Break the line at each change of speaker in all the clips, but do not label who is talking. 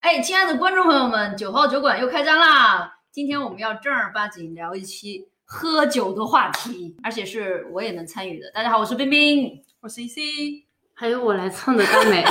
哎，亲爱的观众朋友们，九号酒馆又开张啦！今天我们要正儿八经聊一期喝酒的话题，而且是我也能参与的。大家好，我是冰冰。
我是 EC，
还有我来蹭的大美，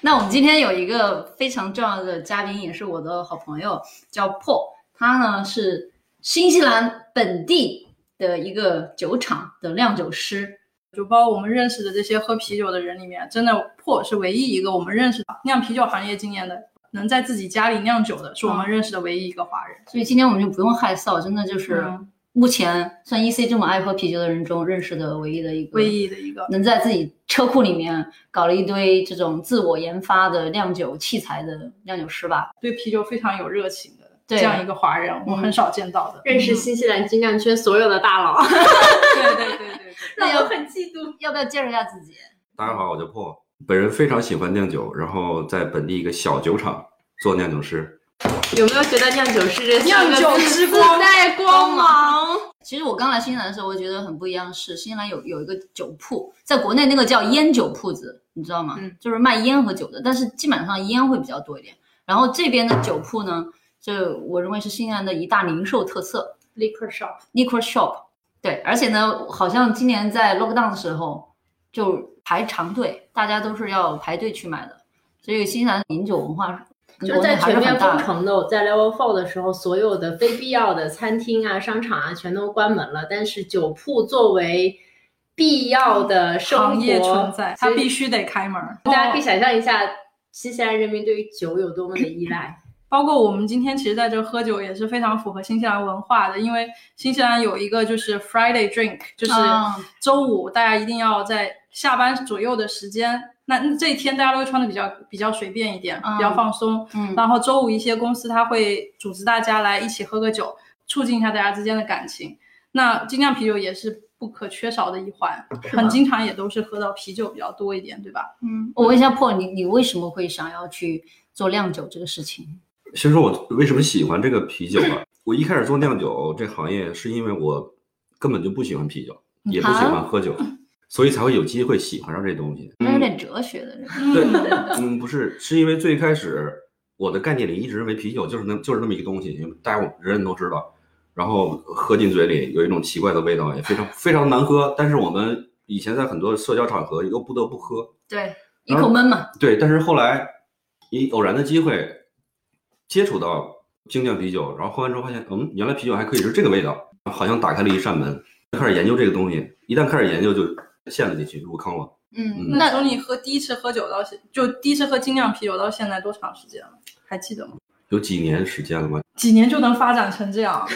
那我们今天有一个非常重要的嘉宾，也是我的好朋友，叫 Paul。他呢是新西兰本地的一个酒厂的酿酒师。
就包括我们认识的这些喝啤酒的人里面，真的破是唯一一个我们认识的酿啤酒行业经验的，能在自己家里酿酒的，是我
嗯
们认识的唯一一个华人。
所以今天我们就不用害臊，真的就是
嗯
目前算 EC 这么爱喝啤酒的人中认识的唯一的一个
唯一的一个，
能在自己车库里面搞了一堆这种自我研发的酿酒器材的酿酒师吧。
对啤酒非常有热情的
对
这样一个华人，我很少见到的。
嗯
嗯
认识新西兰精酿圈所有的大佬，
对对对对对，
那要
很嫉妒。
要不要介绍一下自己？
大家好，我叫破，本人非常喜欢酿酒，然后在本地一个小酒厂做酿酒师。
有没有觉得酿酒师这三个
酿酒
字
之
自
光
带光芒？
其实我刚来新西兰的时候，我觉得很不一样是，新西兰有有一个酒铺，在国内那个叫烟酒铺子，你知道吗？
嗯
就是卖烟和酒的，但是基本上烟会比较多一点。然后这边的酒铺呢，这我认为是新西兰的一大零售特色，
liquor shop，
liquor shop。对，而且呢，好像今年在 lockdown 的时候就排长队，大家都是要排队去买的，所以新西兰饮酒文化跟
就是
国内
在
还是
全
很
面
大
封
的。
城的，我在 Level Four 的时候，所有的非必要的餐厅啊、商场啊全都关门了，但是酒铺作为必要的生活
行业存在，它
所以
必须得开门。哦
大家可以想象一下，新西兰人民对于酒有多么的依赖。
包括我们今天其实在这喝酒也是非常符合新西兰文化的，因为新西兰有一个就是 Friday drink，就是
啊
周五大家一定要在下班左右的时间，那那这一天大家都会穿的比较比较随便一点，
嗯
比较放松。
嗯，
然后周五一些公司它会组织大家来一起喝个酒，促进一下大家之间的感情。那精酿啤酒也是不可缺少的一环，很经常也都是喝到啤酒比较多一点，对吧？
嗯，我问一下 Paul，你你为什么会想要去做酿酒这个事情？
先说我为什么喜欢这个啤酒吧。 我一开始做酿酒这行业，是因为我根本就不喜欢啤酒，也不喜欢喝酒，所以才会有机会喜欢上这东
啊
西。
嗯那有点哲学的人。
对，嗯，不是，是因为最开始我的概念里一直认为啤酒就是那就是那么一个东西，因为大家我们人人都知道，然后喝进嘴里有一种奇怪的味道，也非常非常难喝。但是我们以前在很多社交场合又不得不喝，
对，一口闷嘛。
对，但是后来以偶然的机会接触到精酿啤酒，然后喝完之后发现，嗯，原来啤酒还可以是这个味道，好像打开了一扇门，开始研究这个东西。一旦开始研究，就陷了进去，入坑了。
嗯，
嗯
那
那
从你喝第一次喝酒到现，就第一次喝精酿啤酒到现在多长时间了？还记得吗？
有几年时间了吧？
几年就能发展成这样？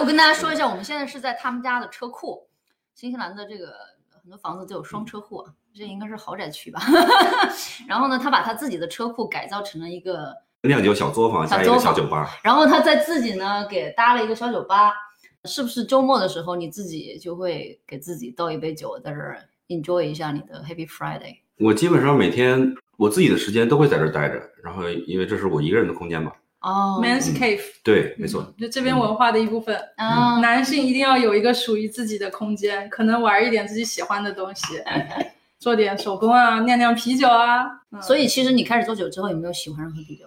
我跟大家说一下，我们现在是在他们家的车库，新西兰的这个很多房子都有双车库啊，这应该是豪宅区吧。 然后呢，他把他自己的车库改造成了一个
酿酒小作坊
小
加一个
作坊
小酒吧，
然后他在自己呢给搭了一个小酒吧，是不是周末的时候你自己就会给自己倒一杯酒，在这儿 enjoy 一下你的 Happy Friday？
我基本上每天我自己的时间都会在这儿待着，然后因为这是我一个人的空间嘛。
哦，
Man's Cave，
对，嗯没错，
就这边文化的一部分。
啊，
男性一定要有一个属于自己的空间，可能玩一点自己喜欢的 东西，做点手工啊，酿酿啤酒啊。嗯、
所以其实你开始做酒之后，有没有喜欢上喝啤酒？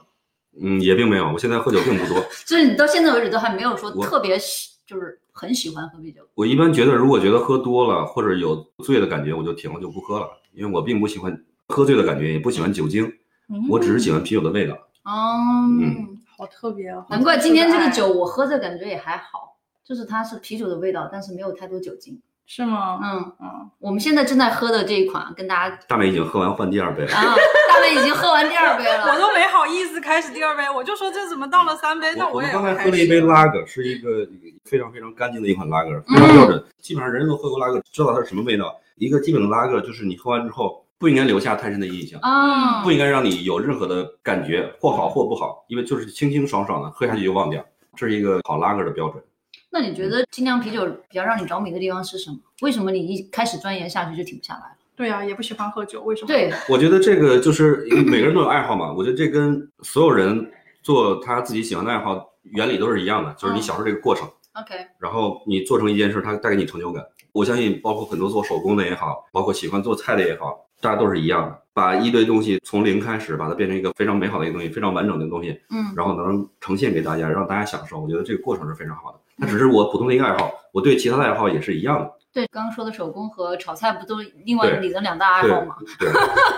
嗯，也并没有，我现在喝酒并不多。
就是你到现在为止都还没有说
我
特别喜，就是很喜欢喝啤酒。
我一般觉得，如果觉得喝多了或者有醉的感觉，我就停了，就不喝了，因为我并不喜欢喝醉的感觉，也不喜欢酒精，
嗯
我只是喜欢啤酒的味道。
哦，
嗯
好特别哦，
难怪今天这个
好特别的爱
酒我喝着感觉也还好，就是它是啤酒的味道，但是没有太多酒精。
是吗？
嗯，
嗯，
我们现在正在喝的这一款，跟大家
大美已经喝完，换第二杯了。
啊，大卫已经喝完第二杯了。
我都没好意思开始第二杯，我就说这怎么到了三杯，哎那
我
也
们
要
刚才
开
喝了一
始
杯拉格，是一个非常非常干净的一款拉格，非
嗯
常标准。基本上人人都喝过拉格，知道它是什么味道。一个基本的拉格就是你喝完之后不应该留下太深的印象，
啊，
不应该让你有任何的感觉，或好或不好，因为就是清清爽爽的喝下去就忘掉，这是一个好拉格的标准。
那你
嗯
觉得精酿啤酒比较让你着迷的地方是什么？为什么你一开始钻研下去就停不下来了？
对呀、也不喜欢喝酒，为什么？，
对，
我觉得这个就是每个人都有爱好嘛，我觉得这跟所有人做他自己喜欢的爱好原理都是一样的，就是你享受这个过程，
OK，
然后你做成一件事，它带给你成就感。我相信，包括很多做手工的也好，包括喜欢做菜的也好，大家都是一样的，把一堆东西从零开始，把它变成一个非常美好的一个东西，非常完整的东西，
嗯
然后能呈现给大家，让大家享受。我觉得这个过程是非常好的。它只是我普通的一个爱好，我对其他的爱好也是一样的。
对，刚刚说的手工和炒菜不都另外
对
你的两大爱
对
好吗？
对，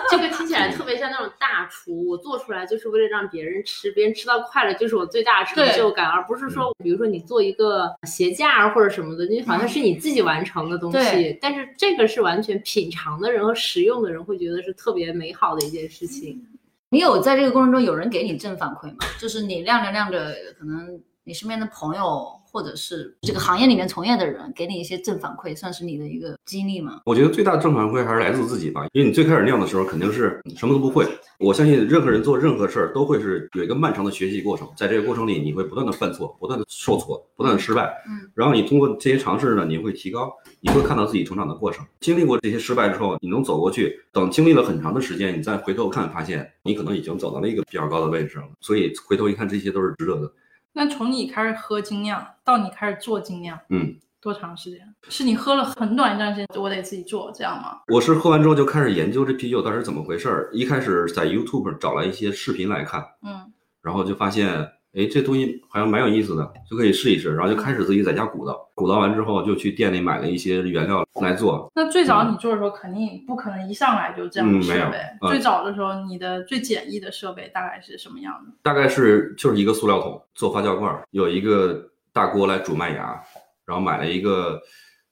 这个听起来特别像那种大厨，我做出来就是为了让别人吃，别人吃到快乐就是我最大的成就感，而不是
嗯
说，比如说你做一个鞋架儿或者什么的，你好像是你自己完成的东西，
对
但是这个是完全品尝的人和食用的人会觉得是特别美好的一件事
嗯
情。
你有在这个过程中有人给你正反馈吗？就是你晾着晾着，可能你身边的朋友或者是这个行业里面从业的人给你一些正反馈，算是你的一个激励吗？
我觉得最大的正反馈还是来自自己吧，因为你最开始酿的时候肯定是什么都不会。我相信任何人做任何事儿都会是有一个漫长的学习过程，在这个过程里你会不断的犯错，不断的受挫，不断的失败。
嗯，
然后你通过这些尝试呢，你会提高，你会看到自己成长的过程。经历过这些失败之后，你能走过去。等经历了很长的时间，你再回头看，发现你可能已经走到了一个比较高的位置上了。所以回头一看，这些都是值得的。
那从你开始喝精酿到你开始做精酿，
嗯，
多长时间？是你喝了很短一段时间，我得自己做这样吗？
我是喝完之后就开始研究这啤酒到底是怎么回事儿。一开始在 YouTube 上找来一些视频来看。
嗯，
然后就发现，哎，这东西好像蛮有意思的，就可以试一试。然后就开始自己在家鼓捣，鼓捣完之后就去店里买了一些原料来做。
那最早你做的时候肯定不可能一上来就这样的
嗯
设
没有
备。
嗯
最早的时候，你的最简易的设备大概是什么样的？
大概是就是一个塑料桶做发酵罐儿，有一个大锅来煮麦芽，然后买了一个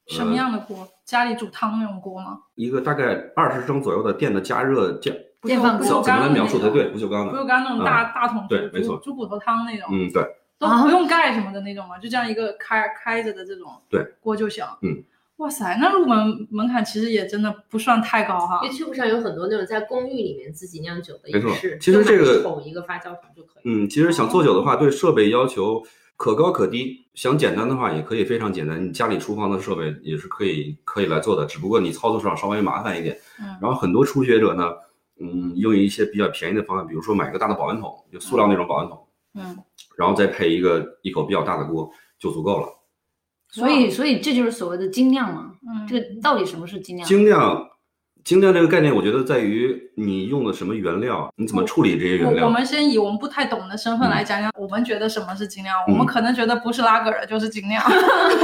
什
嗯
么样的锅？家里煮汤那种锅吗？
一个大概二十升左右的电的加热电，
不
电饭
锈
锅
不
我怎
锈
么
钢
来
的
描述才
那种
对？不锈钢
不锈
的，
钢那种大、大桶
对
煮
没错
煮猪骨头汤那种，
嗯，对。
都
啊
不用盖什么的那种嘛，就这样一个开开着的这种
对
锅就行。
嗯，
哇塞，那入门门槛其实也真的不算太高哈。嗯
YouTube 上有很多那种在公寓里面自己酿酒的
没
也
错
是，
其实
就买
这个
一桶一个发酵桶就可以。
嗯，其实想做酒的话，对设备要求可高可低。想简单的话，也可以非常简单，你家里厨房的设备也是可以可以来做的，只不过你操作上稍微麻烦一点。
嗯
然后很多初学者呢，嗯，用一些比较便宜的方案，比如说买一个大的保温桶，就塑料那种保温桶，
嗯，
然后再配一个一口比较大的锅就足够了。
所以，所以这就是所谓的精酿嘛。
嗯，
这个到底什么是精酿？
精酿，精酿这个概念，我觉得在于你用的什么原料，你怎么处理这些原
我我
料。
们先以我们不太懂的身份来讲讲，我们觉得什么是精酿，我们
嗯
可能觉得不是拉格尔就是精酿。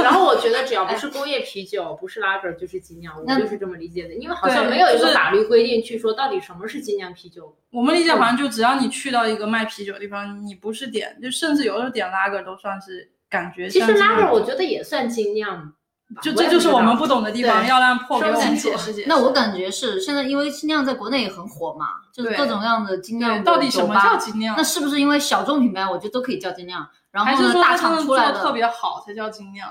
然后我觉得只要不是工业啤酒，不是拉格就是精酿，我
那
就是这么理解的，因为好像
对
没有一
就
个
是
法律规定去说到底什么是精酿啤酒。
我们理解好像就只要你去到一个卖啤酒的地方，你不是点，就甚至有的时候点拉格尔都算是感觉
其
像
实
是。
拉格我觉得也算精酿吧，
就
我也
这就是
知
我们
道
不懂的地方，
对
要让破给我
说
们
不清
解
楚
释解释。
那我感觉是现在，因为精酿在国内也很火嘛，就是
对
各种各样的精酿
对，
的
到底什
酒
么
吧
叫精酿
那？是不是因为小众品牌，我觉得都可以叫精酿？然
还
后
是
呢，
说
大
它真
厂
的
出
做
来
的
的
特别好才叫精酿？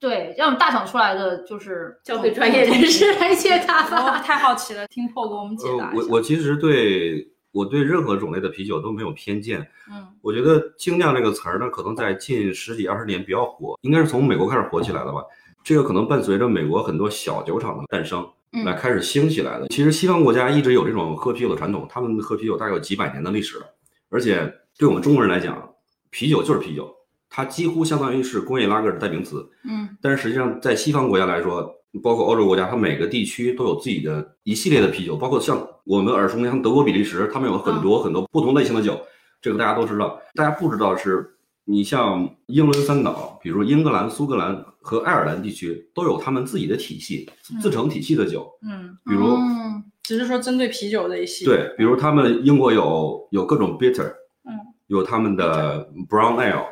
对，让大厂出来的就是
交给专业人士来解
我
答。
太好奇了，听破给我们解
呃
答，一
我
下。
我其实对我对任何种类的啤酒都没有偏见。
嗯
我觉得“精酿”这个词儿呢，可能在近十几二十年比较火，应该是从美国开始火起来的吧。这个可能伴随着美国很多小酒厂的诞生
嗯
来开始兴起来的。其实西方国家一直有这种喝啤酒的传统，他们喝啤酒大概有几百年的历史了。而且对我们中国人来讲，啤酒就是啤酒，它几乎相当于是工业拉格的代名词。
嗯
但是实际上，在西方国家来说，包括欧洲国家，它每个地区都有自己的一系列的啤酒，包括像我们耳熟能详德国、比利时，他们有很
嗯
多很多不同类型的酒，这个大家都知道。大家不知道是，你像英伦三岛，比如说英格兰、苏格兰和爱尔兰地区，都有他们自己的体系、自成体系的酒，
嗯，
比如。
嗯
只是说针对啤酒的一系列。
对，比如他们英国有有各种 bitter，
嗯，
有他们的 brown ale，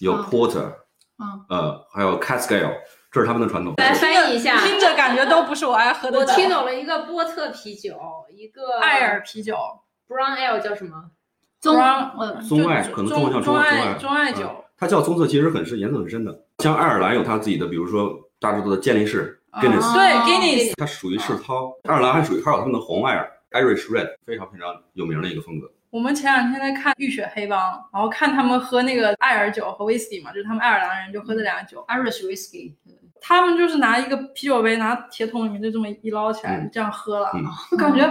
有
嗯
porter，
嗯
呃，还有 cask ale，这是他们的传统。
来翻译一下，
听着感觉都不是我爱喝的
我
酒。
听懂了一个波特啤酒，一个
爱尔啤酒，
brown ale 叫什么？
棕
Brown-
呃
棕艾
就
可能
棕
嗯中文叫棕
爱
艾，
棕艾
嗯
酒。
它叫棕色，其实很深，颜色很深的。像爱尔兰有它自己的，比如说大众的健力士
啊
Guinness，
对
哦
Guinness，
它属于世涛。爱尔兰还属于还有他们的红艾尔 Irish Red，非常非常有名的一个风格。
我们前两天在看《浴血黑帮》，然后看他们喝那个爱尔酒和 whisky 嘛，就是他们爱尔兰人就喝这两个酒，
Irish whiskey，
他们就是拿一个啤酒杯，拿铁桶里面就这么一捞起来，
嗯
这样喝了，
嗯
就感觉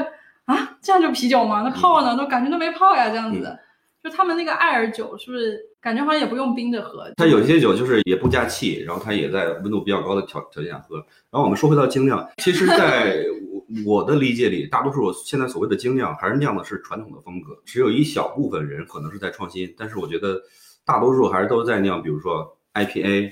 啊，这样就啤酒吗？那泡呢？都感觉都没泡呀，这样子。
嗯
就他们那个爱尔酒，是不是感觉好像也不用冰着喝？
它有一些酒就是也不加气，然后它也在温度比较高的条条件下喝。然后我们说回到精酿，其实在我我的理解里，大多数现在所谓的精酿还是酿的是传统的风格，只有一小部分人可能是在创新，但是我觉得大多数还是都在酿，比如说 IPA、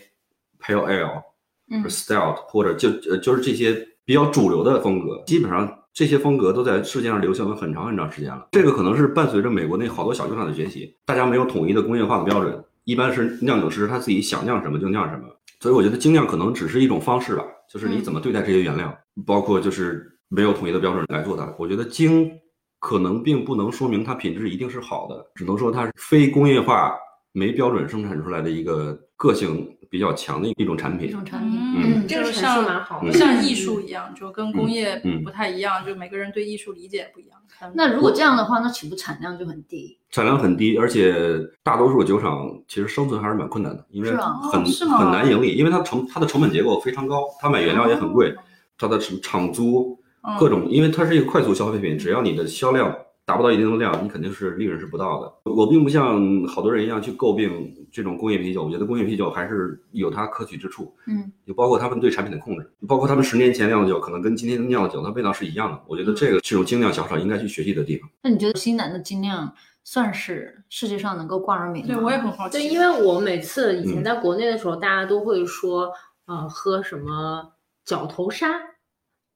Pale Ale、
嗯
Stout 或者就呃就是这些比较主流的风格，基本上这些风格都在世界上流行了很长很长时间了。这个可能是伴随着美国那好多小酒厂的崛起，大家没有统一的工业化的标准，一般是酿酒师他自己想酿什么就酿什么，所以我觉得精酿可能只是一种方式吧，就是你怎么对待这些原料，包括就是没有统一的标准来做它。我觉得精可能并不能说明它品质一定是好的，只能说它是非工业化、没标准生产出来的一个个性比较强的一种产
一
品。
种产品。
嗯，
嗯这个
就
阐述
像
蛮好
嗯
的
像艺术一样，就跟工业
嗯嗯
不太一样，就每个人对艺术理解不一样。可能
那如果这样的话，那岂不产量就很低？
产量很低，而且大多数酒厂其实生存还是蛮困难的，因为
是啊
很、
哦是吗
很难盈利，因为它成它的成本结构非常高，它买原料也很贵，它的厂厂租
哦嗯
各种，因为它是一个快速消费品，只要你的销量达不到一定的量，你肯定是利润是不到的。我并不像好多人一样去诟病这种工业啤酒，我觉得工业啤酒还是有它可取之处，
嗯，
就包括他们对产品的控制，包括他们十年前酿的酒，可能跟今天酿的酒它味道是一样的。我
嗯
觉得这个是种精酿小厂应该去学习的地方。
那你觉得新南的精酿算是世界上能够挂上名吗？
对我也很好奇，
对，因为我每次以前
嗯
在国内的时候，大家都会说，呃，喝什么角头沙，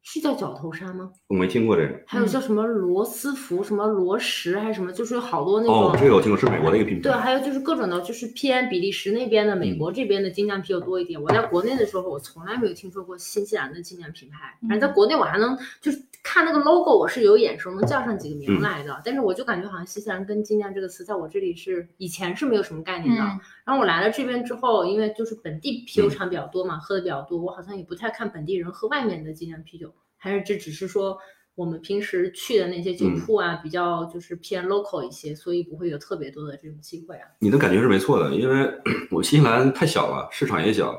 是叫角头沙吗？
我没听过这个。
还有
嗯
叫什么罗斯福、什么罗什还是什么，就是有好多那种。
哦，这个我听过，是美国的一个品牌。嗯
对，还有就是各种的，就是偏比利时那边的、美国这边的精酿啤酒多一点。我在国内的时候，我从来没有听说过新西兰的精酿品牌。反正在国内，我还能就是看那个 logo，我是有眼熟，能叫上几个
嗯
名来的。但是我就感觉好像新西兰跟精酿这个词，在我这里是以前是没有什么概念的。
嗯，
然后我来了这边之后，因为就是本地啤酒
嗯
厂比较多嘛，喝的比较多，我好像也不太看本地人喝外面的精酿啤酒，还是这只是说我们平时去的那些酒
嗯
铺啊，比较就是偏 local 一些，所以不会有特别多的这种机会啊。
你的感觉是没错的，因为我新西兰太小了，市场也小，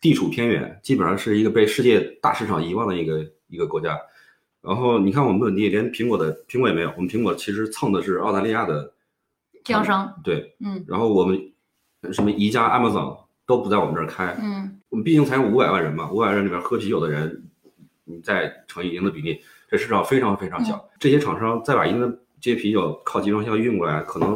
地处偏远，基本上是一个被世界大市场遗忘的一个一个国家。然后你看我们本地连苹果的苹果也没有，我们苹果其实蹭的是澳大利亚的
经销商，
对，
嗯
然后我们什么宜家、Amazon 都不在我们这儿开，
嗯
我们毕竟才五百万人嘛，五百万人里边喝啤酒的人，你再乘以一定的比例，这市场非常非常小。这些厂商再把一定的这些啤酒靠集装箱运过来，可能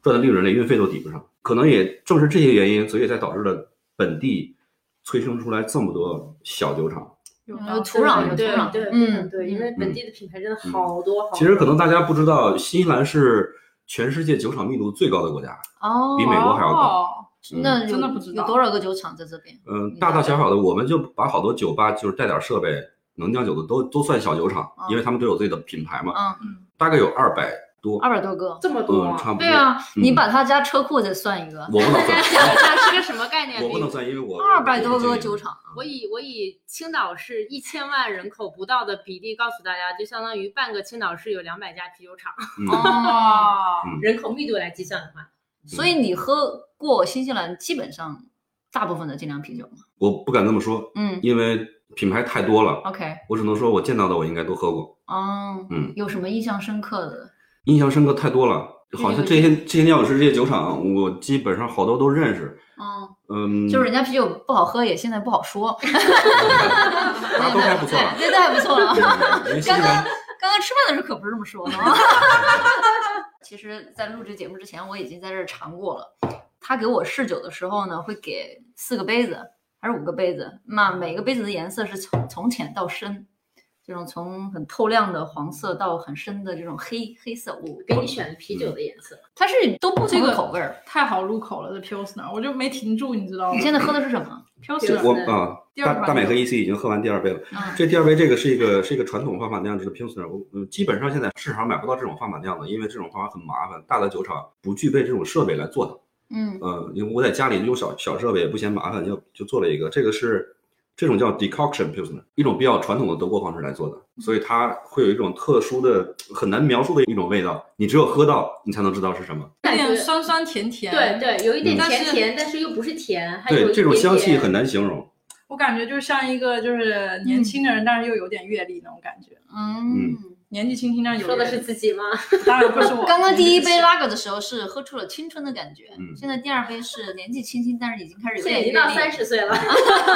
赚的利润连运费都抵不上。可能也正是这些原因，所以才导致了本地催生出来这么多小酒厂。
有
嗯
道理
土壤
有
对
土壤
对对
嗯
对，因为本地的品牌真的好多好多。
嗯其实可能大家不知道，新西兰是全世界酒厂密度最高的国家。
哦，
比美国还要高
哦
嗯
那有
真的不知道
有多少个酒厂在这边？
嗯，大大小小的，我们就把好多酒吧就是带点设备能酿酒的都都算小酒厂，因为他们都有自己的品牌嘛，
嗯，
嗯，
大概有二百多。
二百多个。
这么多
嗯，
啊，
差不多。
对啊，你
嗯
把他家车库再算一个，
我不 能算，
这是个什么概念？
我不能算，因为我
二百多个酒。厂，啊
我以我以青岛市一千万人口不到的比例告诉大家，就相当于半个青岛市有两百家啤酒厂，
嗯，
哇，
人口密度来计算的话，
所以你喝过新西兰基本上大部分的精酿啤酒吗？
我不敢这么说，
嗯
因为品牌太多了，
，OK，
我只能说我见到的我应该都喝过，
哦，
嗯，
有什么印象深刻的？
印象深刻太多了。好像这些这些酿酒师、这些酒厂，我基本上好多都认识。
嗯，
嗯，
就是人家啤酒不好喝，也现在不好 说，
大家都还不 错了。
对，那还不错了。
嗯因为新西兰，
刚刚吃饭的时候可不是这么说的啊。 其实，在录制节目之前，我已经在这儿尝过了。他给我试酒的时候呢，会给四个杯子还是五个杯子？那每个杯子的颜色是从从浅到深，这种从很透亮的黄色到很深的这种黑黑色。我
给你，选的
嗯
啤酒的颜色。
它是都不同
这
的
个
口味儿。
太好入口了的 Pilsner，我就没停住，你知道吗
你现在喝的是什么？
我
？Pilsner，
啊，
第二
大
款
大美和 EC 已经喝完第二杯了。
嗯
这第二杯这个是一个是一个传统方法酿制的 Pilsner，我嗯基本上现在市场上买不到这种方法酿的，因为这种方法很麻烦，大的酒厂不具备这种设备来做它。
嗯
呃，因为我在家里用小小设备也不嫌麻烦，就就做了一个，这个是这种叫 decoction pilsner，一种比较传统的德国方式来做的，所以它会有一种特殊的、很难描述的一种味道，你只有喝到你才能知道是什么。
有点酸酸甜甜，
对，对，有一点
嗯
甜
但是
甜，但是又不是甜，还有
对，
一
这种
点
香气
点
很难形容。
我感觉就像一个就是年轻的人，但是又有点阅历那种感觉，
嗯。
年纪轻轻但是有
说的
阅
是
历
自己吗？
当然不是 我。
刚刚第一杯 拉格的时候是喝出了青春的感觉，
嗯
现在第二杯是年纪轻轻，但是已经开始有
现在
点
已经到
阅历
三十岁了，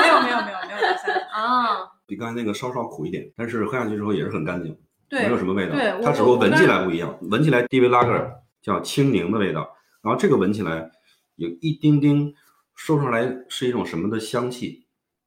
没有没有没有没有到三十，
啊，
比刚才那个稍稍苦一点，但是喝下去之后也是很干净，
对，
没有什么味道
对。我
它只不过
我
闻起
刚
来不一样，闻起来低维拉格叫青柠的味道，然后这个闻起来有一丁丁说出来是一种什么的香气，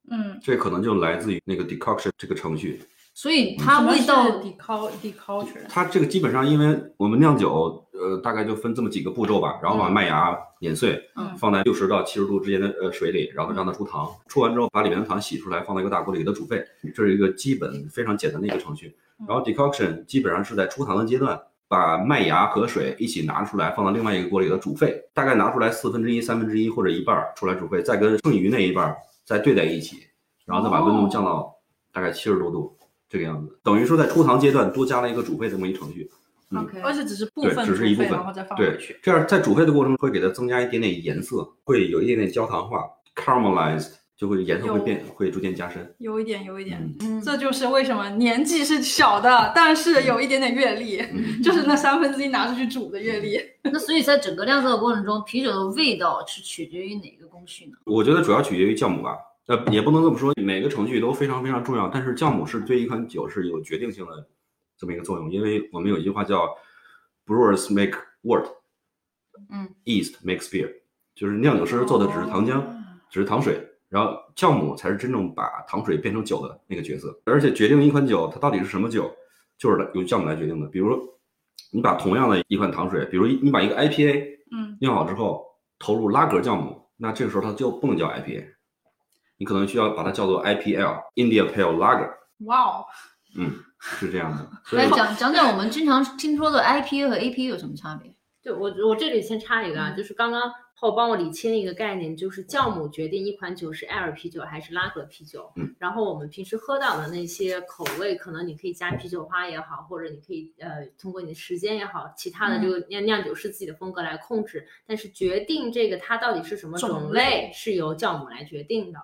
嗯，
这可能就来自于那个 decoction 这个程序。
所以它味道
d e c o d e c u l t u r e
它这个基本上，因为我们酿酒，呃，大概就分这么几个步骤吧，然后把
嗯
麦芽碾碎，
嗯
放在六十到七十度之间的呃水里，然后让它出糖，出完之后把里面的糖洗出来，放到一个大锅里给它煮沸，这是一个基本非常简单的一个程
嗯
序。然后 decoction 基本上是在出糖的阶段，把麦芽和水一起拿出来，放到另外一个锅里给它煮沸，大概拿出来四分之一、三分之一或者一半儿出来煮沸，再跟剩余那一半儿再兑在一起，然后再把温
哦
度降到大概七十多度。这个样子，等于说在出糖阶段多加了一个煮沸这么一程序，嗯
OK，
而且只是部
对
分
只是一
煮沸
部分
然后再放回
对
去。，
这样在煮沸的过程中会给它增加一点点颜色，会有一点点焦糖化，caramelized，就会颜色会
有
变，会逐渐加深。
有一点，有一点，
嗯
嗯
这就是为什么年纪是小的，但是有一点点阅历，
嗯
就是那三分之一拿出去煮的阅历。
嗯那所以在整个酿造的过程中，啤酒的味道是取决于哪个工序呢？
我觉得主要取决于酵母吧，呃，也不能这么说，每个程序都非常非常重要，但是酵母是对一款酒是有决定性的这么一个作用，因为我们有一句话叫 “brewers make wort”，
嗯
，“yeast makes beer”，就是酿酒师做的只是糖
哦
浆，只是糖水，然后酵母才是真正把糖水变成酒的那个角色，而且决定一款酒它到底是什么酒，就是由酵母来决定的。比如说，你把同样的一款糖水，比如你把一个 IPA
嗯，
酿好之后投入拉格酵母，那这个时候它就不能叫 IPA，你可能需要把它叫做 IPL India Pale Lager，
哇哦，
嗯，是这样的。所以
来讲讲讲我们经常听说的 IPA 和 APA 有什么差别？
对我，我这里先插一个啊，就是刚刚后帮我理清一个概念，就是酵母决定一款酒是艾尔啤酒还是拉格啤酒。
嗯，
然后我们平时喝到的那些口味，可能你可以加啤酒花也好，或者你可以呃通过你的时间也好，其他的
嗯
这个酿酿酒师自己的风格来控制。但是决定这个它到底是什么
种
种
类
类，是由酵母来决定的。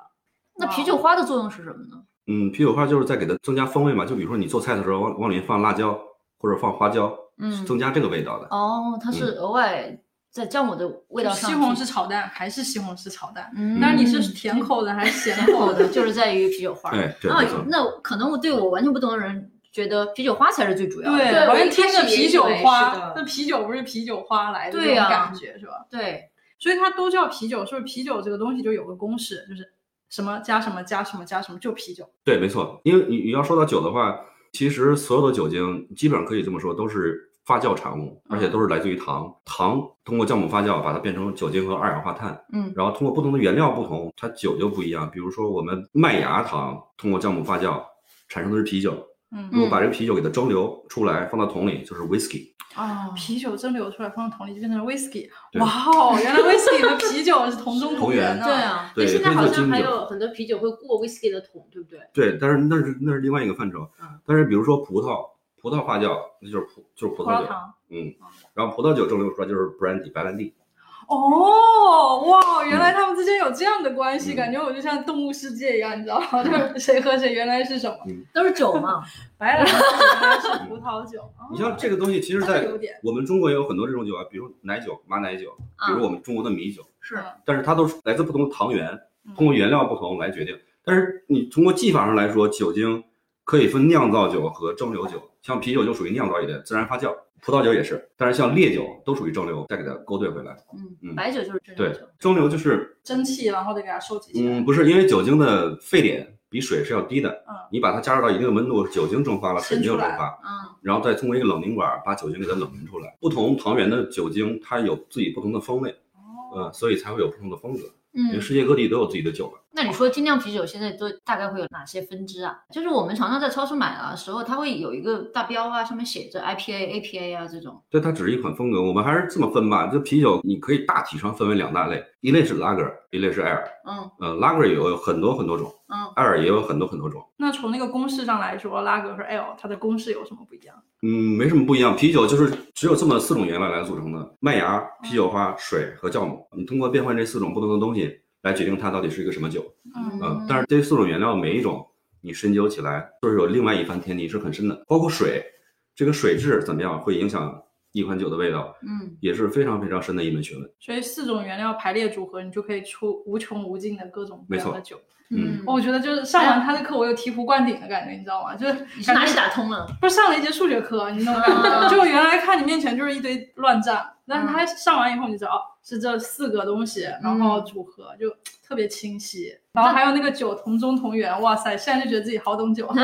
那
哇
啤酒花的作用是什么呢？
嗯，啤酒花就是在给它增加风味嘛，就比如说你做菜的时候往往里放辣椒或者放花椒，
嗯
是增加这个味道的。
哦，它是额外在酵母的味道上
西
去。
红柿炒蛋还是西红柿炒蛋？
嗯，
但是你是甜口的还是咸
甜
口
口的，
的？
就是在于啤酒花。
哎，对，
啊
没错，。
那可能我对我完全不懂的人觉得啤酒花才是最主要的。
对
好
我
像
一
听
开
着
始也
啤
以
酒
为是
花
的，啊
那啤酒不是啤酒花来的
对
这种
呀
感觉是吧？
对
所以它都叫啤酒，是不是啤酒这个东西就有个公式，就是什么加什么加什么加什么就啤酒。
对，没错。因为你你要说到酒的话，其实所有的酒精基本上可以这么说，都是发酵产物，
嗯
而且都是来自于糖。糖通过酵母发酵，把它变成酒精和二氧化碳。
嗯
然后通过不同的原料不同，它酒就不一样。比如说我们麦芽糖通过酵母发酵产生的是啤酒，如
嗯，
果把这个啤酒给它蒸馏出来，放到桶里就是 whisky。
哦
啤酒蒸馏出来放到桶里就变成了 whisky。
对
哇哦，原来 whisky 和啤酒是同中
同源
源呢。
对，啊，
对，
哎现在
它
好
叫
像
金
还
酒。
有很多啤酒会过 whisky 的桶，对不对？
对，但是那是那是另外一个范畴
嗯。
但是比如说葡萄，葡萄发酵那就是葡就是葡
葡
萄
萄
酒，
糖。
嗯，然后葡萄酒蒸馏出来就是 brandy 白兰地。
哦，哇，原来他们之间有这样的关系，
嗯
感觉我就像动物世界一样，你知道吗？就是 谁和谁原来是什么？
都是酒嘛。
白兰地原来是葡萄酒。哦
嗯你像这个东西，其实
那
在
有点
我们中国也有很多这种酒啊，比如奶酒、马奶酒，比如我们中国的米酒，
是
但是它都是来自不同的糖源，
嗯
通过原料不同来决定。但是你通过技法上来说，酒精可以分酿造酒和蒸馏酒，像啤酒就属于酿造一类，自然发酵；葡萄酒也是，但是像烈酒都属于蒸馏，再给它勾兑回来。
嗯，
嗯
白酒就是这种
对
酒。，
蒸馏就是，
蒸汽，然后再给它收集起来。
嗯，不是因为酒精的沸点比水是要低的，
嗯
你把它加热到一定的温度，酒精蒸发了，水
蒸
没有
出
蒸
来
发，
嗯
然后再通过一个冷凝管把酒精给它冷凝出来。不同糖原的酒精，它有自己不同的风味，呃，所以才会有不同的风格。因为
嗯，
世界各地都有自己的酒吧。
那你说精酿啤酒现在都大概会有哪些分支啊？就是我们常常在超市买的时候，它会有一个大标啊，上面写着 IPA、APA 啊这种。
对，它只是一款风格，我们还是这么分吧。这啤酒你可以大体上分为两大类，一类是拉格，一类是艾尔。
嗯
呃，拉格也有很多很多种，
嗯，
艾尔也有很多很多种。
那从那个公式上来说，拉格和 L 它的公式有什么不一样？
嗯，没什么不一样。啤酒就是只有这么四种原料来组成的：麦芽、啤酒花、水和酵母。你通过变换这四种不同的东西来决定它到底是一个什么酒。
嗯
嗯，但是这四种原料每一种你深究起来，就是有另外一番天地，是很深的。包括水，这个水质怎么样会影响一款酒的味道，
嗯，
也是非常非常深的一门学问。
所以四种原料排列组合，你就可以出无穷无尽的各种各样的酒。哦
嗯
我觉得就是上完他的课，我有醍醐灌顶的感觉，你知道吗？就是
你是
感
哪啊
觉
里打通了？
不是上了一节数学课，啊你懂吗？就我原来看你面前就是一堆乱战，但是他
啊
上完以后，你知道哦，是这四个东西，然
嗯
后组合就特别清晰。然后还有那个酒同中同源，哇塞，现在就觉得自己好 懂酒，啊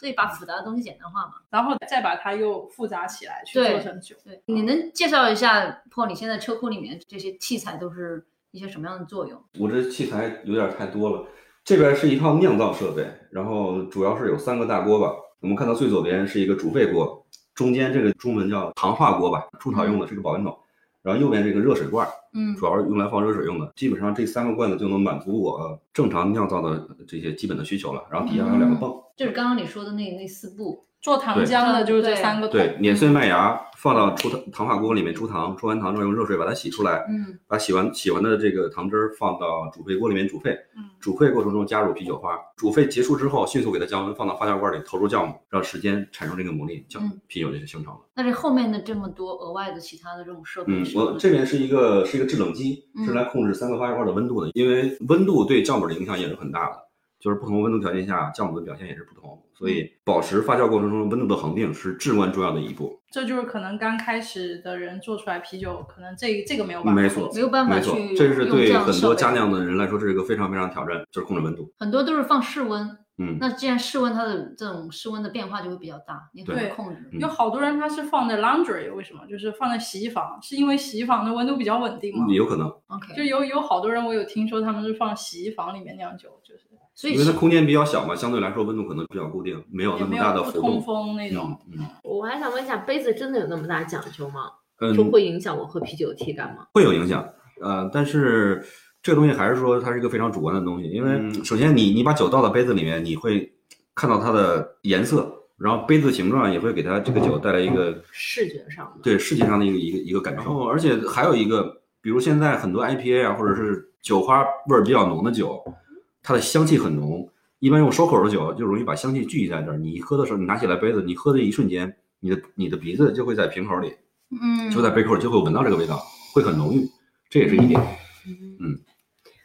所以把复杂的东西简单化嘛。
然后再把它又复杂起来去
对
做成酒。
对，你能介绍一下破你现在车库里面这些器材都是一些什么样的作用？
我这器材有点太多了。这边是一套酿造设备，然后主要是有三个大锅吧。我们看到最左边是一个煮沸锅，中间这个中文叫糖化锅吧，铸陶用的是个保温桶，然后右边这个热水罐，
嗯
主要是用来放热水用的。基本上这三个罐子就能满足我正常酿造的这些基本的需求了。然后底下还有两个泵，
就是刚刚你说的那那四步，
做糖浆的就是这三个桶，
对，碾
嗯
碎麦芽，放到出糖糖化锅里面出糖，出完糖之后用热水把它洗出来，
嗯
把洗完洗完的这个糖汁儿放到煮沸锅里面煮沸，
嗯
煮沸过程中加入啤酒花，煮沸结束之后迅速给它降温，放到发酵罐里投入酵母，让时间产生这个魔力，酵
嗯
啤酒就形成了。
那这后面的这么多额外的其他的这种设备
嗯，
是吗，
我这边是一个是一个制冷机，
嗯
是来控制三个发酵罐的温度的，因为温度对酵母的影响也是很大的，就是不同温度条件下酵母的表现也是不同，所
嗯
以保持发酵过程中温度的恒定是至关重要的一步。
这就是可能刚开始的人做出来啤酒，可能这这个没有办法。
没错，
没有办法
没错
去，
这是
用这
对
样的
很
设
多
备
家酿的人来说，这是一个非常非常挑战，就是控制温度。
很多都是放室温。
嗯，
那既然室温它的这种室温的变化就会比较大，你很
对
难控制。
嗯
有好多人他是放在 laundry，为什么？就是放在洗衣房，是因为洗衣房的温度比较稳定嘛。
有可能，
就
OK，
有有好多人我有听说他们是放洗衣房里面酿酒，就是
所以
因为它空间比较小嘛，相对来说温度可能比较固定，没有
也
那
没
么大的
有
浮
不通
动。
风那
嗯
种。
嗯
我还想问一下，杯子真的有那么大讲究吗？就
嗯，
会影响我喝啤酒的体感吗？
会有影响。呃，但是这个东西还是说它是一个非常主观的东西，因为首先你你把酒倒到杯子里面，你会看到它的颜色，然后杯子形状也会给它这个酒带来一个
视觉上的，
对视觉上的一个一个一个感受。然后，而且还有一个，比如现在很多 IPA 啊，或者是酒花味儿比较浓的酒，它的香气很浓，一般用收口的酒就容易把香气聚集在这儿。你一喝的时候，你拿起来杯子，你喝的一瞬间，你的你的鼻子就会在瓶口里，
嗯，
就在杯口就会闻到这个味道，会很浓郁。这也是一点，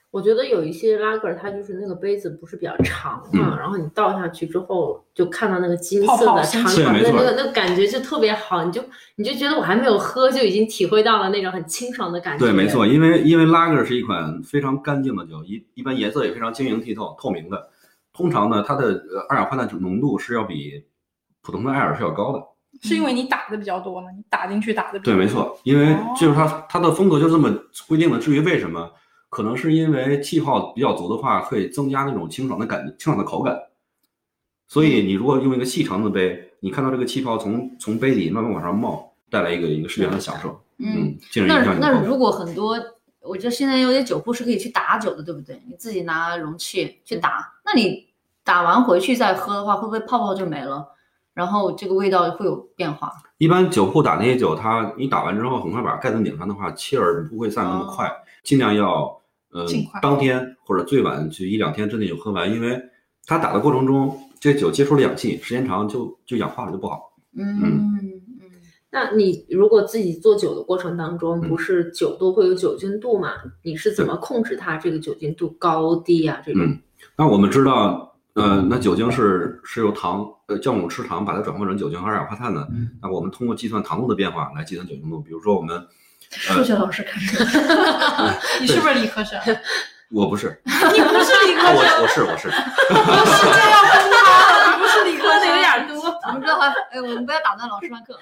我觉得有一些拉格儿，它就是那个杯子不是比较长嘛，
嗯
然后你倒下去之后，就看到那个金
泡
色
泡
的
星
长
星
长的
对没
那
错
个那个感觉就特别好，你就你就觉得我还没有喝就已经体会到了那种很清爽的感觉。
对，没错，。因为因为拉格是一款非常干净的酒，一一般颜色也非常晶莹剔透、透明的。通常呢，它的呃二氧化碳浓度是要比普通的艾尔是要高的。
是因为你打的比较多嘛，你打进去打的比较
对，
多
没。错，因为
哦
就是它它的风格就这么规定的。至于为什么，可能是因为气泡比较足的话，会增加那种清爽的感、清爽的口感。所以你如果用一个细长的杯，你看到这个气泡从从杯底慢慢往上冒，带来一个一个视觉上的享受，
嗯。
嗯，进而影
那
响你的
那
口感。
如果很多，我觉得现在有些酒库是可以去打酒的，对不对？你自己拿容器去打，那你打完回去再喝的话，会不会泡泡就没了？然后这个味道会有变化？
一般酒库打那些酒，它你打完之后很快把盖子拧上的话，气儿不会散那么快，尽量要呃
哦尽快
当天或者最晚就一两天之内就喝完，因为它打的过程中，这酒接触了氧气，时间长就就氧化了就不好。
嗯嗯
那你如果自己做酒的过程当中，
嗯
不是酒都会有酒精度嘛？你是怎么控制它这个酒精度高低啊？这种、
嗯那我们知道，呃，那酒精是是由糖呃酵母吃糖把它转换成酒精和二氧化碳的，那我们通过计算糖度的变化来计算酒精度，比如说我们
数学老师看出来，
你是不是理科 生？你
我不是，
不是理科生，
啊我我是我是，
不是这样问他，你不是理科 生，有点多。
我们不要把，哎，我们不要打断老师上课。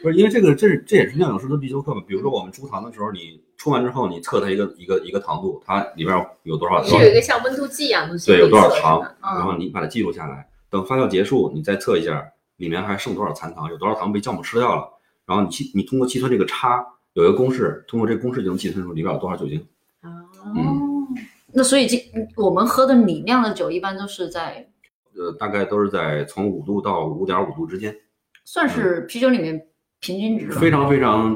不是因为这个，这是这也是酿酒师的必修课嘛。比如说我们出糖的时候，你出完之后，你测它一个一个一个糖度，它里边有多少
是有一个像温度计一样的东西，
对有多少
可以测
糖
试的，
然
嗯
后你把它记录下来，等发酵结束，你再测一下里面还剩多少残糖，有多少糖被酵母吃掉了。然后你计你通过计算这个差有一个公式，通过这个公式就能计算出里边有多少酒精。
啊
嗯
那所以今我们喝的你酿的酒一般都是在
呃，大概都是在从五度到五点五度之间，
算是啤酒里面平均值吧。
嗯非常非常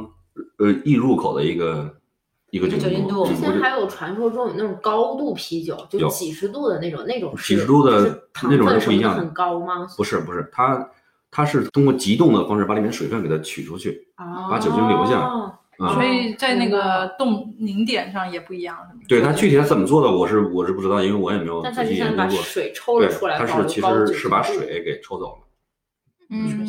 呃易入口的一个一个酒
酒精度
之
度。嗯我
前
就
还有传说中有那种高度啤酒，就
有
几十度的那种，那种是
几十度的
是糖
那种
分
是
什
不
么
一样的
很高吗？
不是不是，它它是通过急冻的方式把里面水分给它取出去，把酒精留下
哦
啊、
所以在那个冻凝点上也不一样，是吗？
对它具体它怎么做的，我是我是不知道，因为我也没有
但它
仔
就
细研
像
究
把
过。
水抽
对
了出，来，
它
保
是
留
其
高
实
酒
是把
精度
水给抽走了。
嗯，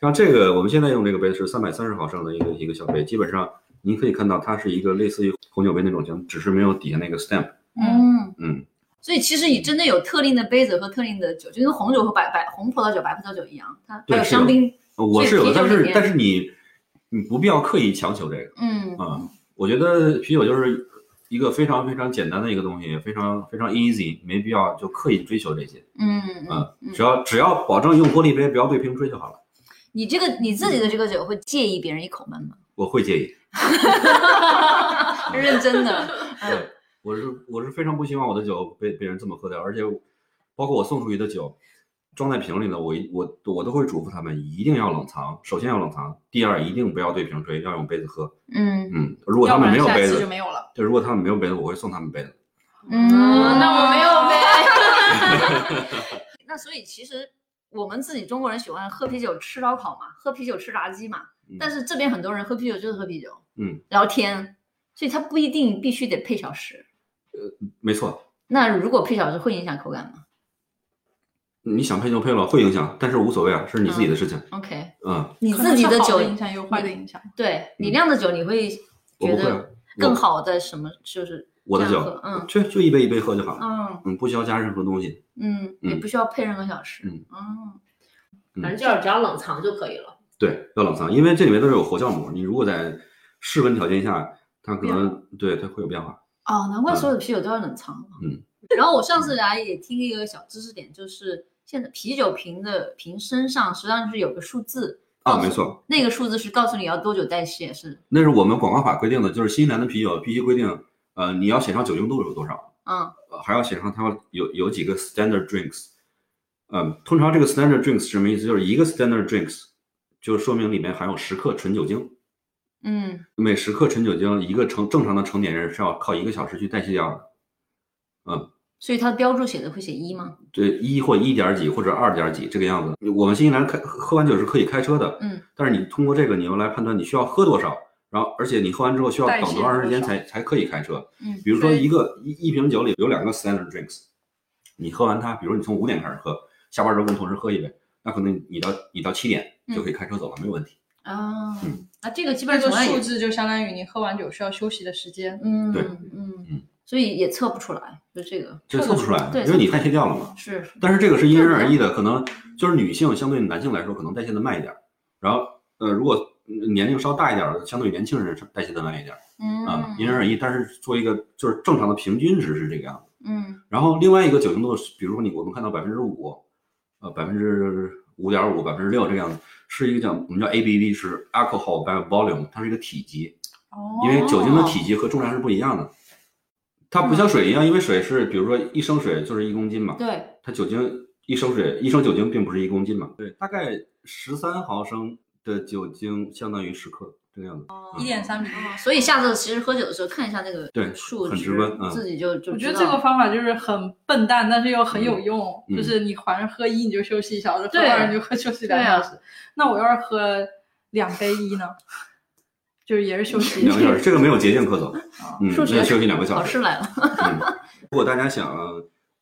像这个，我们现在用这个杯是三百三十毫升的一个一个小杯，基本上您可以看到它是一个类似于红酒杯那种型，只是没有底下那个 stem。
嗯
嗯，
所以其实你真的有特定的杯子和特定的酒，就跟红酒和白白红葡萄酒、白葡萄酒一样，它还
对
有
是
香
有
槟，
呃我
所以
是有
啤
的，
酒
但
里
是
面
但是你你不必要刻意强求这个
嗯
啊、我觉得啤酒就是一个非常非常简单的一个东西，非常非常 easy，没必要就刻意追求这些。
嗯嗯
嗯，只要只要保证用玻璃杯，不要对瓶吹就好了。
你这个你自己的这个酒会介意别人一口闷吗？
我会介意，
认真 的，
嗯
对，我是我是非常不希望我的酒被被人这么喝掉，而且我包括我送出去的酒，装在瓶里的，我一我我都会嘱咐他们一定要冷藏，首先要冷藏，第二一定不要对瓶吹，要用杯子喝。
嗯
嗯，如果他
要不
们
然
没有
下
杯
期
子
就，没有了。
对，如果他们没有杯子，我会送他们杯子。
嗯，
那我没有 呗。
那所以其实我们自己中国人喜欢喝啤酒吃烧烤嘛，喝啤酒吃炸鸡嘛，
嗯
但是这边很多人喝啤酒就是喝啤酒，
嗯，
聊天，所以它不一定必须得配小食。
没错，
那如果配小食会影响口感吗
你想配就配了，会影响，但是无所谓啊，是你自己的事情。
？OK，
嗯，
你
可能
自己
是
的
好
酒，
影响也有坏的影响。
对你
嗯
酿的酒，你会
我
觉
不会啊
得更
我
好的什么？就是
我的
这
酒
样喝，嗯
就就一杯一杯喝就好了。
嗯
嗯，不需要加任何东西。
嗯，也
嗯
不需要配任何小食。
嗯
嗯
反正就是只要冷藏就可以了。
对，要冷藏，因为这里面都是有活酵母，你如果在室温条件下，它可能对它会有变化。
哦，难怪所有的啤酒都要冷藏。
嗯，
然后我上次来也听一个小知识点，就是现在啤酒瓶的瓶身上实际上是有个数字
啊，没，错，
那个数字是告诉你要多久代谢，是
那是我们广告法规定的，就是新西兰的啤酒必须规定，呃，你要写上酒精度有多少，
嗯
呃还要写上它有有几个 standard drinks。嗯，通常这个 standard drinks 是什么意思？就是一个 standard drinks 就说明里面含有十克纯酒精，
嗯
每十克纯酒精一个成正常的成年人是要靠一个小时去代谢掉的。
所以它的标注写的会写一吗？
这一或一点儿几或者二点儿几这个样子。我们新西兰开喝完酒是可以开车的，
嗯，
但是你通过这个你要来判断你需要喝多少，然后而且你喝完之后需要
代
等
谢
多长时间
多少
才才可以开车。
嗯
比如说
所以
一个一一瓶酒里有两个 standard drinks，你喝完它，比如你从五点开始喝，下班之后跟同事喝一杯，那可能你到你到七点就可以开车走了，没有问题。
啊，
嗯
那这个基
这
本
个
上
数字就相当于你喝完酒需要休息的时间。
嗯
对
嗯
嗯，
所以也测不出来，就这个
这测不出来
对，
因为你代谢掉了嘛。
是
但是这个是因人而异的，可能就是女性相对男性来说可能代谢的慢一点儿，然后呃，如果嗯年龄稍大一点儿的，相对年轻人是代谢的慢一点儿
嗯
啊，因人而异。但是做一个就是正常的平均值是这个样子。
嗯
然后另外一个酒精度是，比如说你我们看到百分之五，呃，百分之五点五、百分之六这个样子，是一个叫我们叫 ABV，是 alcohol by volume，它是一个体积。
哦
因为酒精的体积和重量是不一样的，它不像水一样，因为水是比如说一升水就是一公斤嘛，
对
它酒精一升水一升酒精并不是一公斤嘛，对，大概十三毫升的酒精相当于十克这个样子，
一点三比一。
所以下次其实喝酒的时候看一下那个
对
数
很直
值
观嗯
自己就就
我觉
知
得这
道
个方法就是很笨蛋，但是又很有用。
嗯嗯
就是你好像喝一你就休息一小时，喝
对啊
二你就喝休息两小时。那我要是喝两杯一呢，就是也是休息
两个小时，这个没有捷径可走，嗯，
数学
那休息两个小
考
时
试。来了，
嗯，如果大家想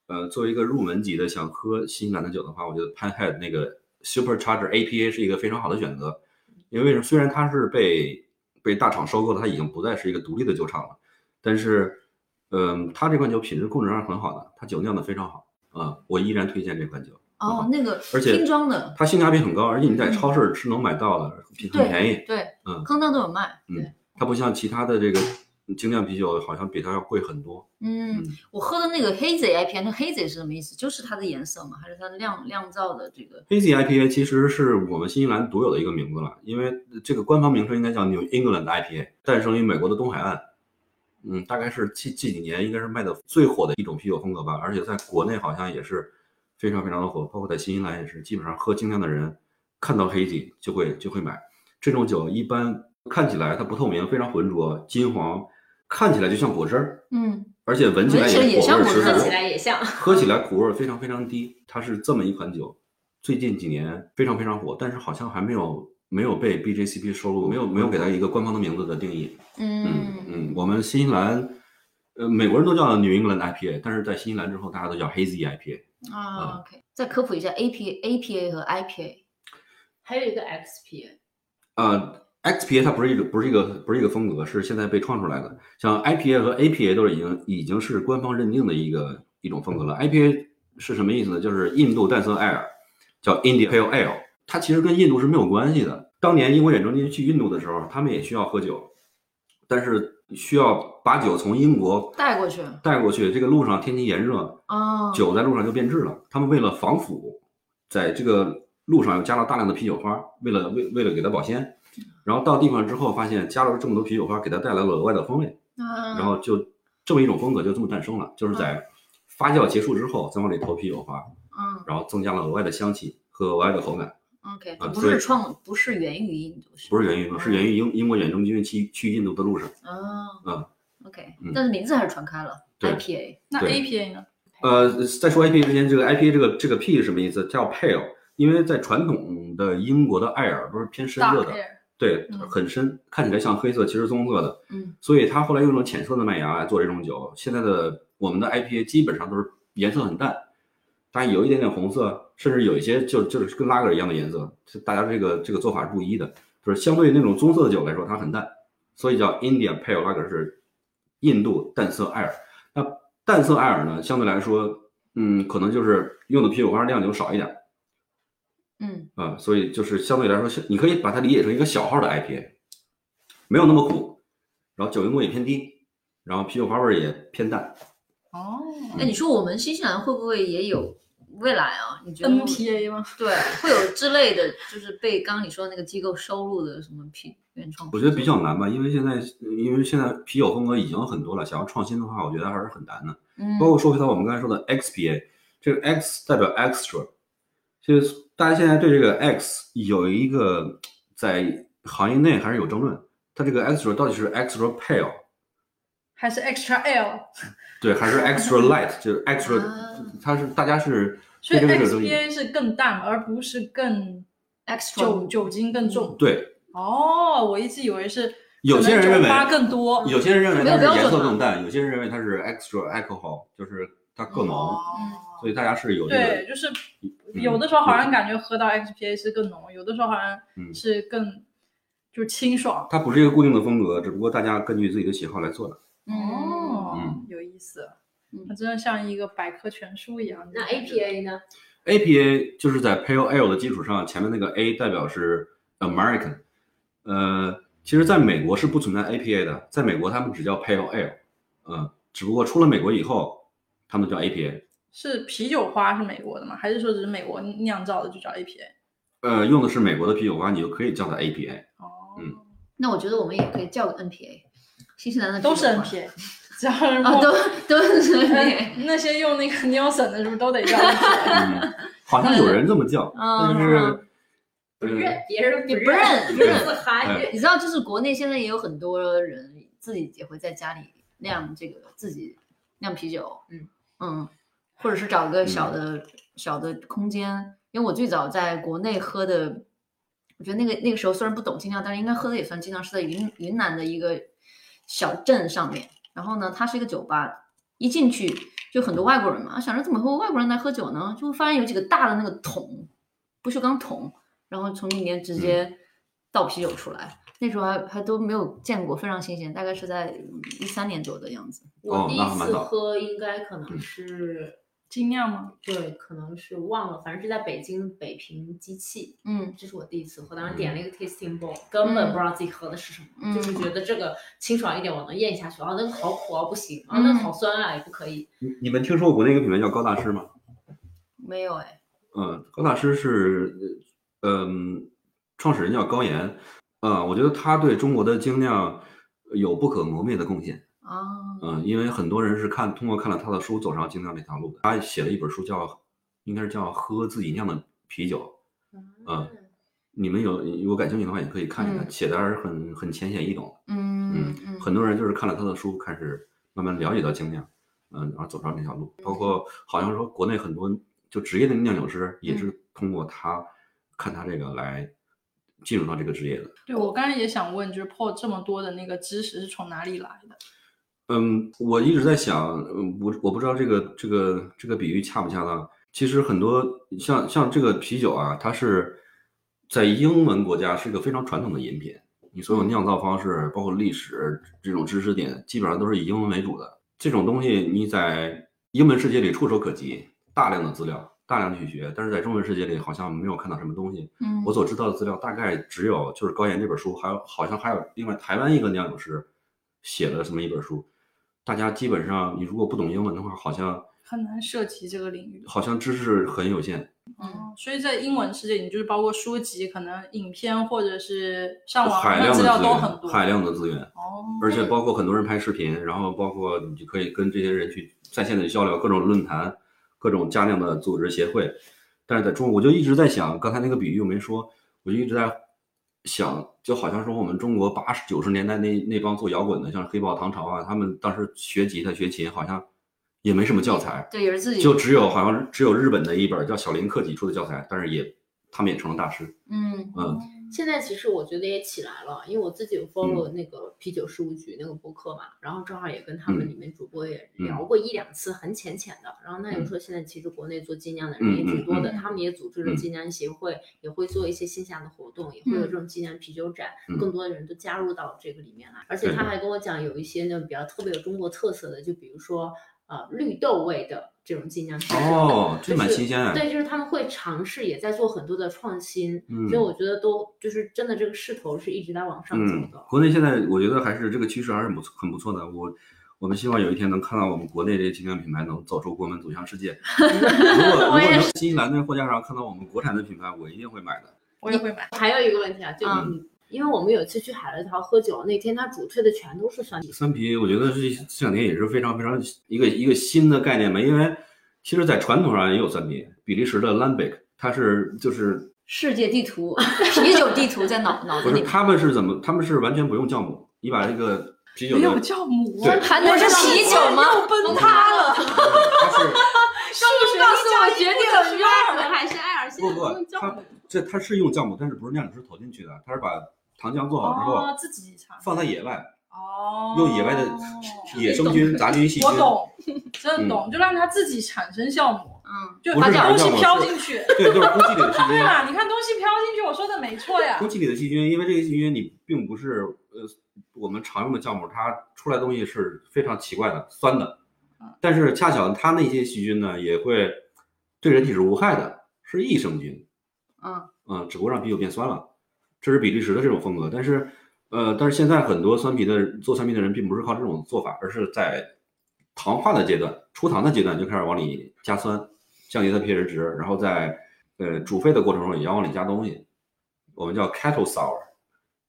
呃作为一个入门级的想喝新西兰的酒的话，我觉得 Panhead 那个 Supercharger APA 是一个非常好的选择，因为虽然它是被被大厂收购了，它已经不再是一个独立的酒厂了，但是嗯、它这款酒品质控制上是很好的，它酒酿的非常好啊、我依然推荐这款酒。
哦
嗯，
那个
而且
拼装的，
它性价比很高，而且你在
嗯
超市是能买到的，很便宜。
对，
嗯
康当都有卖。
嗯
对，
它不像其他的这个精酿啤酒，好像比它要贵很多。
嗯
嗯，
我喝的那个黑 Z IPA，那黑 Z 是什么意思？就是它的颜色吗？还是它酿酿造的这个？
Hazy IPA 其实是我们新西兰独有的一个名字了，因为这个官方名称应该叫 New England IPA，诞生于美国的东海岸。嗯，大概是近近几年应该是卖的最火的一种啤酒风格吧，而且在国内好像也是非常非常的火，包括在新西兰也是，基本上喝精酿的人看到 Hazy 就会就会买。这种酒一般看起来它不透明，非常浑浊，金黄，看起来就像果汁儿，
嗯
而且闻起来
闻起来也
也是
像
果味
果汁
儿十
儿
足
喝起来也像。
喝起来苦味儿非常非常低，它是这么一款酒，最近几年非常非常火，但是好像还没有没有被 BJCP 收录，没有没有给它一个官方的名字的定义。嗯
嗯
嗯，我们新西兰，呃，美国人都叫 New England IPA，但是在新西兰之后，大家都叫 Hazy IPA。嗯
啊，OK，再科普一下 AP APA 和 IPA。
还有一个 XP，
呃，XPA 它不是一种，不是一个，不是一个风格，是现在被创出来的。像 IPA 和 APA 都是已经已经是官方认定的一个一种风格了。IPA 是什么意思呢？就是印度淡色艾尔，叫 India Pale Ale，它其实跟印度是没有关系的。当年英国远征军去印度的时候，他们也需要喝酒，但是需要把酒从英国
带过去
带过去。这个路上天气炎热，
哦，
酒在路上就变质了。他们为了防腐，在这个路上又加了大量的啤酒花，为了为为了给它保鲜。然后到地方之后，发现加了这么多啤酒花，给它带来了额外的风味，
嗯
然后就这么一种风格就这么诞生了，就是在发酵结束之后再往里投啤酒花，
嗯
然后增加了额外的香气和额外的口感。
，OK，
啊
不
所
是
以
创，不是源于印度，
不是源于印度，是源于英英国远征军去去印度的路上。
哦，
嗯
，OK，
嗯
但是名字还是传开了
对
，IPA，
那
对
APA 呢？
呃，再说 IPA 之前，这个 IPA 这个这个 P 是什么意思？叫 pale，因为在传统的英国的艾尔都是偏深
大
色的，
pair
对
嗯，
很深，看起来像黑色，其实棕色的。
嗯，
所以它后来用了浅色的麦芽来做这种酒。现在的我们的 IPA 基本上都是颜色很淡，但有一点点红色，甚至有一些就就是跟拉格一样的颜色。是大家这个这个做法是不一的，就是相对那种棕色的酒来说，它很淡，所以叫 India Pale Lager 是印度淡色艾尔。那淡色艾尔呢，相对来说，嗯，可能就是用的啤酒花量就少一点
嗯
啊、所以就是相对来说，是你可以把它理解成一个小号的 IPA，没有那么苦，然后酒精度也偏低，然后啤酒花味儿也偏淡。
哦
嗯
哎，你说我们新西兰会不会也有未来啊？你觉得会不会
，NPA 吗？
对会有之类的，就是被刚刚你说的那个机构收录的什么品原创？
我觉得比较难吧，因为现在因为现在啤酒风格已经很多了，想要创新的话，我觉得还是很难的。
嗯，
包括说回到我们刚才说的 XPA，这个 X 代表 extra，就是大家现在对这个 X 有一个在行业内还是有争论，它这个 extra 到底是 extra pale
还是 Extra L？
对，还是 extra light，就是 extra，、
啊
它是大家是
所以
对这个有争议。
XPA 是更淡，而不是更
extra
酒酒精更
嗯
重。
对，
哦，我一直以为是
有些人
可能
认
酒花
为，
更多。
有些人认为
没
它
有
是
标
颜
准
色
嘛
更淡，有些人认为它是 extra alcohol，就是它更浓，
哦
所以大家是有这
对，
个。
就是
嗯
有的时候好像感觉喝到 XPA 是更浓，有的时候好像
嗯
是更就是清爽。
它不是一个固定的风格，只不过大家根据自己的喜好来做的。
嗯
哦
嗯，
有意思
嗯，
它真的像一个百科全书一样。
那 APA 呢？
APA 就是在 Pale Ale 的基础上，前面那个 A 代表是 American，呃，其实在美国是不存在 APA 的，在美国他们只叫 Pale Ale，嗯、呃，只不过出了美国以后，他们叫 APA，
是啤酒花是美国的吗？还是说只是美国酿造的就叫 APA？
呃，用的是美国的啤酒花，你就可以叫它 APA。
哦，
嗯
那我觉得我们也可以叫个 NPA，新西兰的
都
啤
是
酒花
NPA，只要是
啊，
墨
都都 是
嗯
NPA，
那些用那个 Nielsen 的是不是都得 叫 NPA？
嗯，好像有人这么叫，
嗯
但是呃
嗯
不认，别人
你
不
不认
认，
不认
字韩语。
你知道，就是国内现在也有很多人自己也会在家里酿这个自己酿啤酒，
嗯
嗯，或者是找个小的、小的空间。因为我最早在国内喝的，我觉得那个那个时候虽然不懂精酿，但是应该喝的也算精酿，是在云云南的一个小镇上面。然后呢，它是一个酒吧，一进去就很多外国人嘛，啊想着怎么会有外国人来喝酒呢？就会发现有几个大的那个桶，不锈钢桶，然后从里面直接倒啤酒出来。那时候还还都没有见过，非常新鲜，大概是在一三年左右的样子。
我第
哦那
一
还蛮
次
早嗯
喝应该可能是，
精酿吗？
对，可能是忘了，反正是在北京北平机器，
嗯
这是我第一次喝，当时点了一个 tasting bowl，根本不知道自己喝的是什么，
嗯
就是觉得这个清爽一点，我能咽下去。啊，那个好苦啊，不行啊，那个好酸啊，也不可以。
你你们听说过国内一个品牌叫高大师吗？
没有哎，
嗯，高大师是，嗯，创始人叫高岩，嗯，我觉得他对中国的精酿有不可磨灭的贡献。
啊，
嗯，因为很多人是看通过看了他的书走上精酿这条路的。他写了一本书叫，应该是叫《喝自己酿的啤酒》，嗯你们有如果感兴趣的话也可以看一看，
嗯
写的还是很很浅显易懂的。
嗯嗯，
很多人就是看了他的书，开始慢慢了解到精酿，嗯，然后走上这条路。包括好像说国内很多就职业的酿酒师也是通过他看他这个来进入到这个职业的。
对我刚才也想问，就是 Paul 这么多的那个知识是从哪里来的？
嗯，我一直在想，嗯，我我不知道这个这个这个比喻恰不恰当。其实很多像像这个啤酒啊，它是在英文国家是一个非常传统的饮品，你所有酿造方式，包括历史这种知识点，基本上都是以英文为主的。这种东西你在英文世界里触手可及，大量的资料，大量去学，但是在中文世界里好像没有看到什么东西。
嗯，
我所知道的资料大概只有就是高岩这本书，还有好像还有另外台湾一个酿酒师写了什么一本书。大家基本上，你如果不懂英文的话，好像
很难涉及这个领域。
好像知识很有限。
嗯，所以在英文世界，你就是包括书籍、可能影片或者是上网
海量的
资
资
料都很多。
源，海量的资源，
哦，
而且包括很多人拍视频，然后包括你就可以跟这些人去在线的交流，各种论坛，各种家酿的组织协会。但是在中国，我就一直在想，刚才那个比喻我没说，我就一直在想，就好像说我们中国八十九十年代那那帮做摇滚的，像黑豹、唐朝啊，他们当时学吉他、学琴，好像也没什么教材，
对，也是自己，
就只有好像只有日本的一本叫小林克己出的教材，但是也他们也成了大师。
嗯
嗯，
现在其实我觉得也起来了，因为我自己有 follow 那个啤酒事务局那个博客嘛，然后正好也跟他
嗯
们里面主播也聊过一两次，很浅浅的。然后那有说现在其实国内做精酿的人也挺多的，
嗯嗯嗯
他们也组织了
嗯嗯
精酿协会，也会做一些线下的活动，也会有这种精酿啤酒展，
嗯
更多的人都加入到这个里面来。而且
对的
他还跟我讲，有一些那种比较特别有中国特色的，就比如说呃绿豆味的这种精酿啤酒。
哦，这蛮
就是
新鲜啊。
对，就是他们会尝试，也在做很多的创新，
嗯
所以我觉得都就是真的这个势头是一直在往上走
嗯
的。，
国内现在我觉得还是这个趋势还是很不错很不错的。我我们希望有一天能看到我们国内这个精酿品牌能走出国门走向世界。如果如果能新西兰的货架上看到我们国产的品牌，我一定会买的。
我也会买。
还有一个问题啊，就
嗯
你因为我们有一次去海乐桃喝酒，那天他主推的全都是酸啤，
三皮我觉得是这两年也是非常非常一个一个新的概念嘛，因为其实在传统上也有三皮，比利时的 Lambic，它是就是
世界地 图、啤酒地图在脑脑子
不
里
是
面。
他们是怎么？他们是完全不用酵母，你把这个啤酒
没有
的，
酵母，啊
对
还能是啤酒吗？崩塌了！
它是
数告诉我决定了什么？
可能还是爱尔
不
先
不，它这它是用酵母，但是不是酿酒师投进去的，它是把糖浆做好之后、
哦，自己尝
放在野外，
哦，
用野外的野生菌、杂菌、细菌嗯
我，懂，真的懂，就让它自己产生酵母，
嗯，
就
不
把
是
东西
让酵母
飘
是
进去。
对，就是空气里的细
对
菌。
嘛？你看东西飘进去，我说的没错呀
空。气里的细菌，因为这个细菌你并不是呃我们常用的酵母，它出来的东西是非常奇怪的，酸的
嗯。
但是恰巧它那些细菌呢，也会对人体是无害的，是益生菌。
嗯，
嗯，只不过让啤酒变酸了，这是比利时的这种风格。但是，呃，但是现在很多酸啤的人做酸啤的人，并不是靠这种做法，而是在糖化的阶段、出糖的阶段就开始往里加酸，降低它 pH 值，然后在呃煮沸的过程中也要往里加东西，我们叫 kettle sour。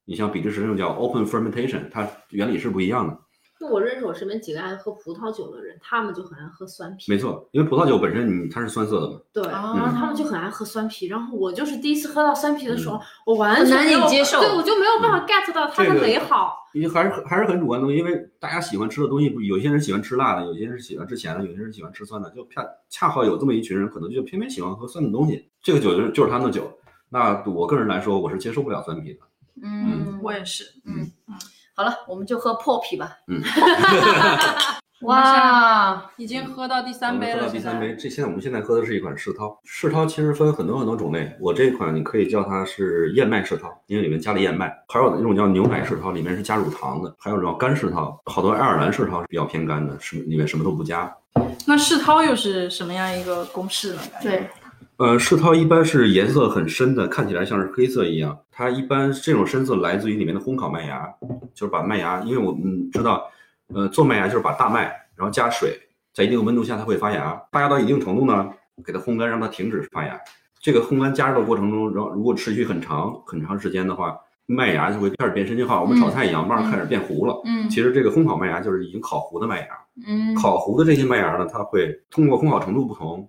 你像比利时那种叫 open fermentation，它原理是不一样的。
那我认识我身边几个爱喝葡萄酒的人，他们就很爱喝酸啤，
没错，因为葡萄酒本身你它是酸涩的嘛。
对，
嗯
然后他们就很爱喝酸啤，然后我就是第一次喝到酸啤的时候，我完
很
全
难
没有
以接受
对我就没有办法 get 到它
嗯这
的
个
美好。
因为还是很还是很主观的东西，因为大家喜欢吃的东西不，有些人喜欢吃辣的，有些人喜欢吃咸的，有些人喜欢吃酸的，就恰恰好有这么一群人，可能就偏偏喜欢喝酸的东西。这个酒就是就是他们的酒。那我个人来说，我是接受不了酸啤的。
嗯，
我也是。
好了，我们就喝破啤吧。
嗯，
哇，
已经喝到第三杯
我们
了，
嗯喝到第三
现
杯，
在。
这现在我们现在喝的是一款世涛。世涛其实分很多很多种类，我这款你可以叫它是燕麦世涛，因为里面加了燕麦；还有那种叫牛奶世涛，里面是加乳糖的；还有叫干世涛，好多爱尔兰世涛是比较偏干的，什么里面什么都不加。
那世涛又是什么样一个公式呢？感觉，
对，
呃，世涛一般是颜色很深的，看起来像是黑色一样。它一般这种深色来自于里面的烘烤麦芽，就是把麦芽，因为我们知道，呃，做麦芽就是把大麦，然后加水，在一定温度下它会发芽，发芽到一定程度呢，给它烘干，让它停止发芽。这个烘干加热的过程中，然后如果持续很长很长时间的话，麦芽就会开始变深，就好像我们炒菜一样，慢慢开始变糊了。
嗯
其实这个烘烤麦芽就是已经烤糊的麦芽。
嗯，
烤糊的这些麦芽呢，它会通过烘烤程度不同，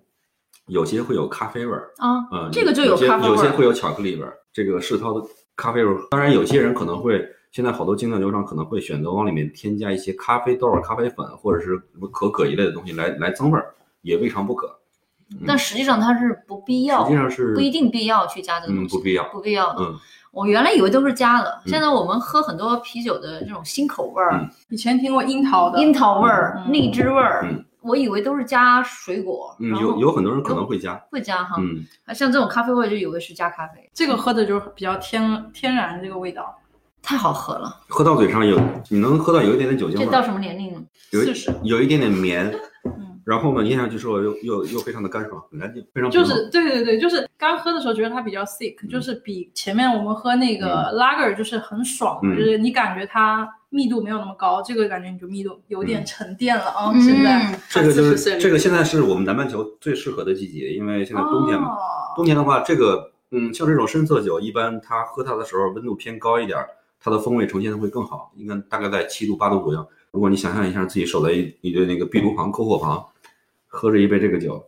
有些会有咖啡味儿，
啊，
嗯，
这个就
有
有
些
咖啡
有
味
些
儿
会有巧克力味儿。这个世涛的咖啡味儿，当然有些人可能会，现在好多精酿酒厂可能会选择往里面添加一些咖啡豆儿、咖啡粉或者是什么可可一类的东西来来增味儿，也未尝不可。
但实际上它是不必要，
嗯实际上是
不一定必要去加这个
嗯
东西，
不必要
不必要的。
嗯
我原来以为都是加的，
嗯
现在我们喝很多啤酒的这种新口味儿、
嗯
以前听过樱桃的，
樱桃味儿、
嗯
荔枝味儿、
嗯
我以为都是加水果，
嗯，
然后
有有很多人可能会加，
会加哈、啊
嗯，
像这种咖啡味就以为是加咖啡，
这个喝的就是比较天天然这个味道，
太好喝了。
喝到嘴上有，你能喝到有一点点酒精
这
味
到
儿，
什么年龄了？
有
四
一
十，
有一点点绵
嗯，
然后呢，咽下去之后又又又非常的干爽，很干净，非常平
就
衡
是对对对，就是刚喝的时候觉得它比较
嗯
thick，就是比前面我们喝那个 lager 就是很爽，
嗯
就是你感觉它密度没有那么高，这个感觉你就密度有点沉淀了啊、
嗯，
现在。
这个就
40岁
是
了
这个现在是我们南半球最适合的季节，因为现在冬天嘛，
哦，
冬天的话，这个嗯，像这种深色酒，一般它喝它的时候温度偏高一点儿，它的风味呈现的会更好，应该大概在七度八度左右。如果你想象一下自己守在一一堆那个壁炉旁、篝火旁，喝着一杯这个酒，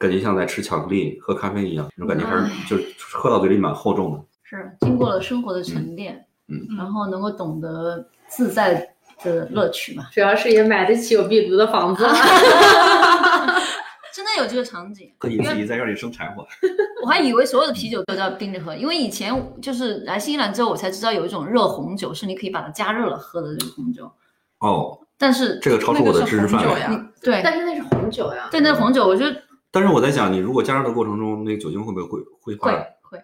感觉像在吃巧克力、喝咖啡一样，那种感觉还是就是喝到嘴里蛮厚重的。
是经过了生活的沉淀，
嗯
嗯
然后能够懂得自在的乐趣吧。
主要是也买得起有壁炉的房子了。
真的有这个场景，
可以自己在院里生柴火，
我还以为所有的啤酒都要冰着喝，因为以前就是来新西兰之后，我才知道有一种热红酒是你可以把它加热了喝的这个红酒，
哦，
但是
这个超出我的知识
那个
范
是红酒
围
呀。
你对
但是那是红酒呀，
对那红酒，我觉得
但是我在想，你如果加热的过程中，那个酒精会不会挥挥发
会
呀？
会，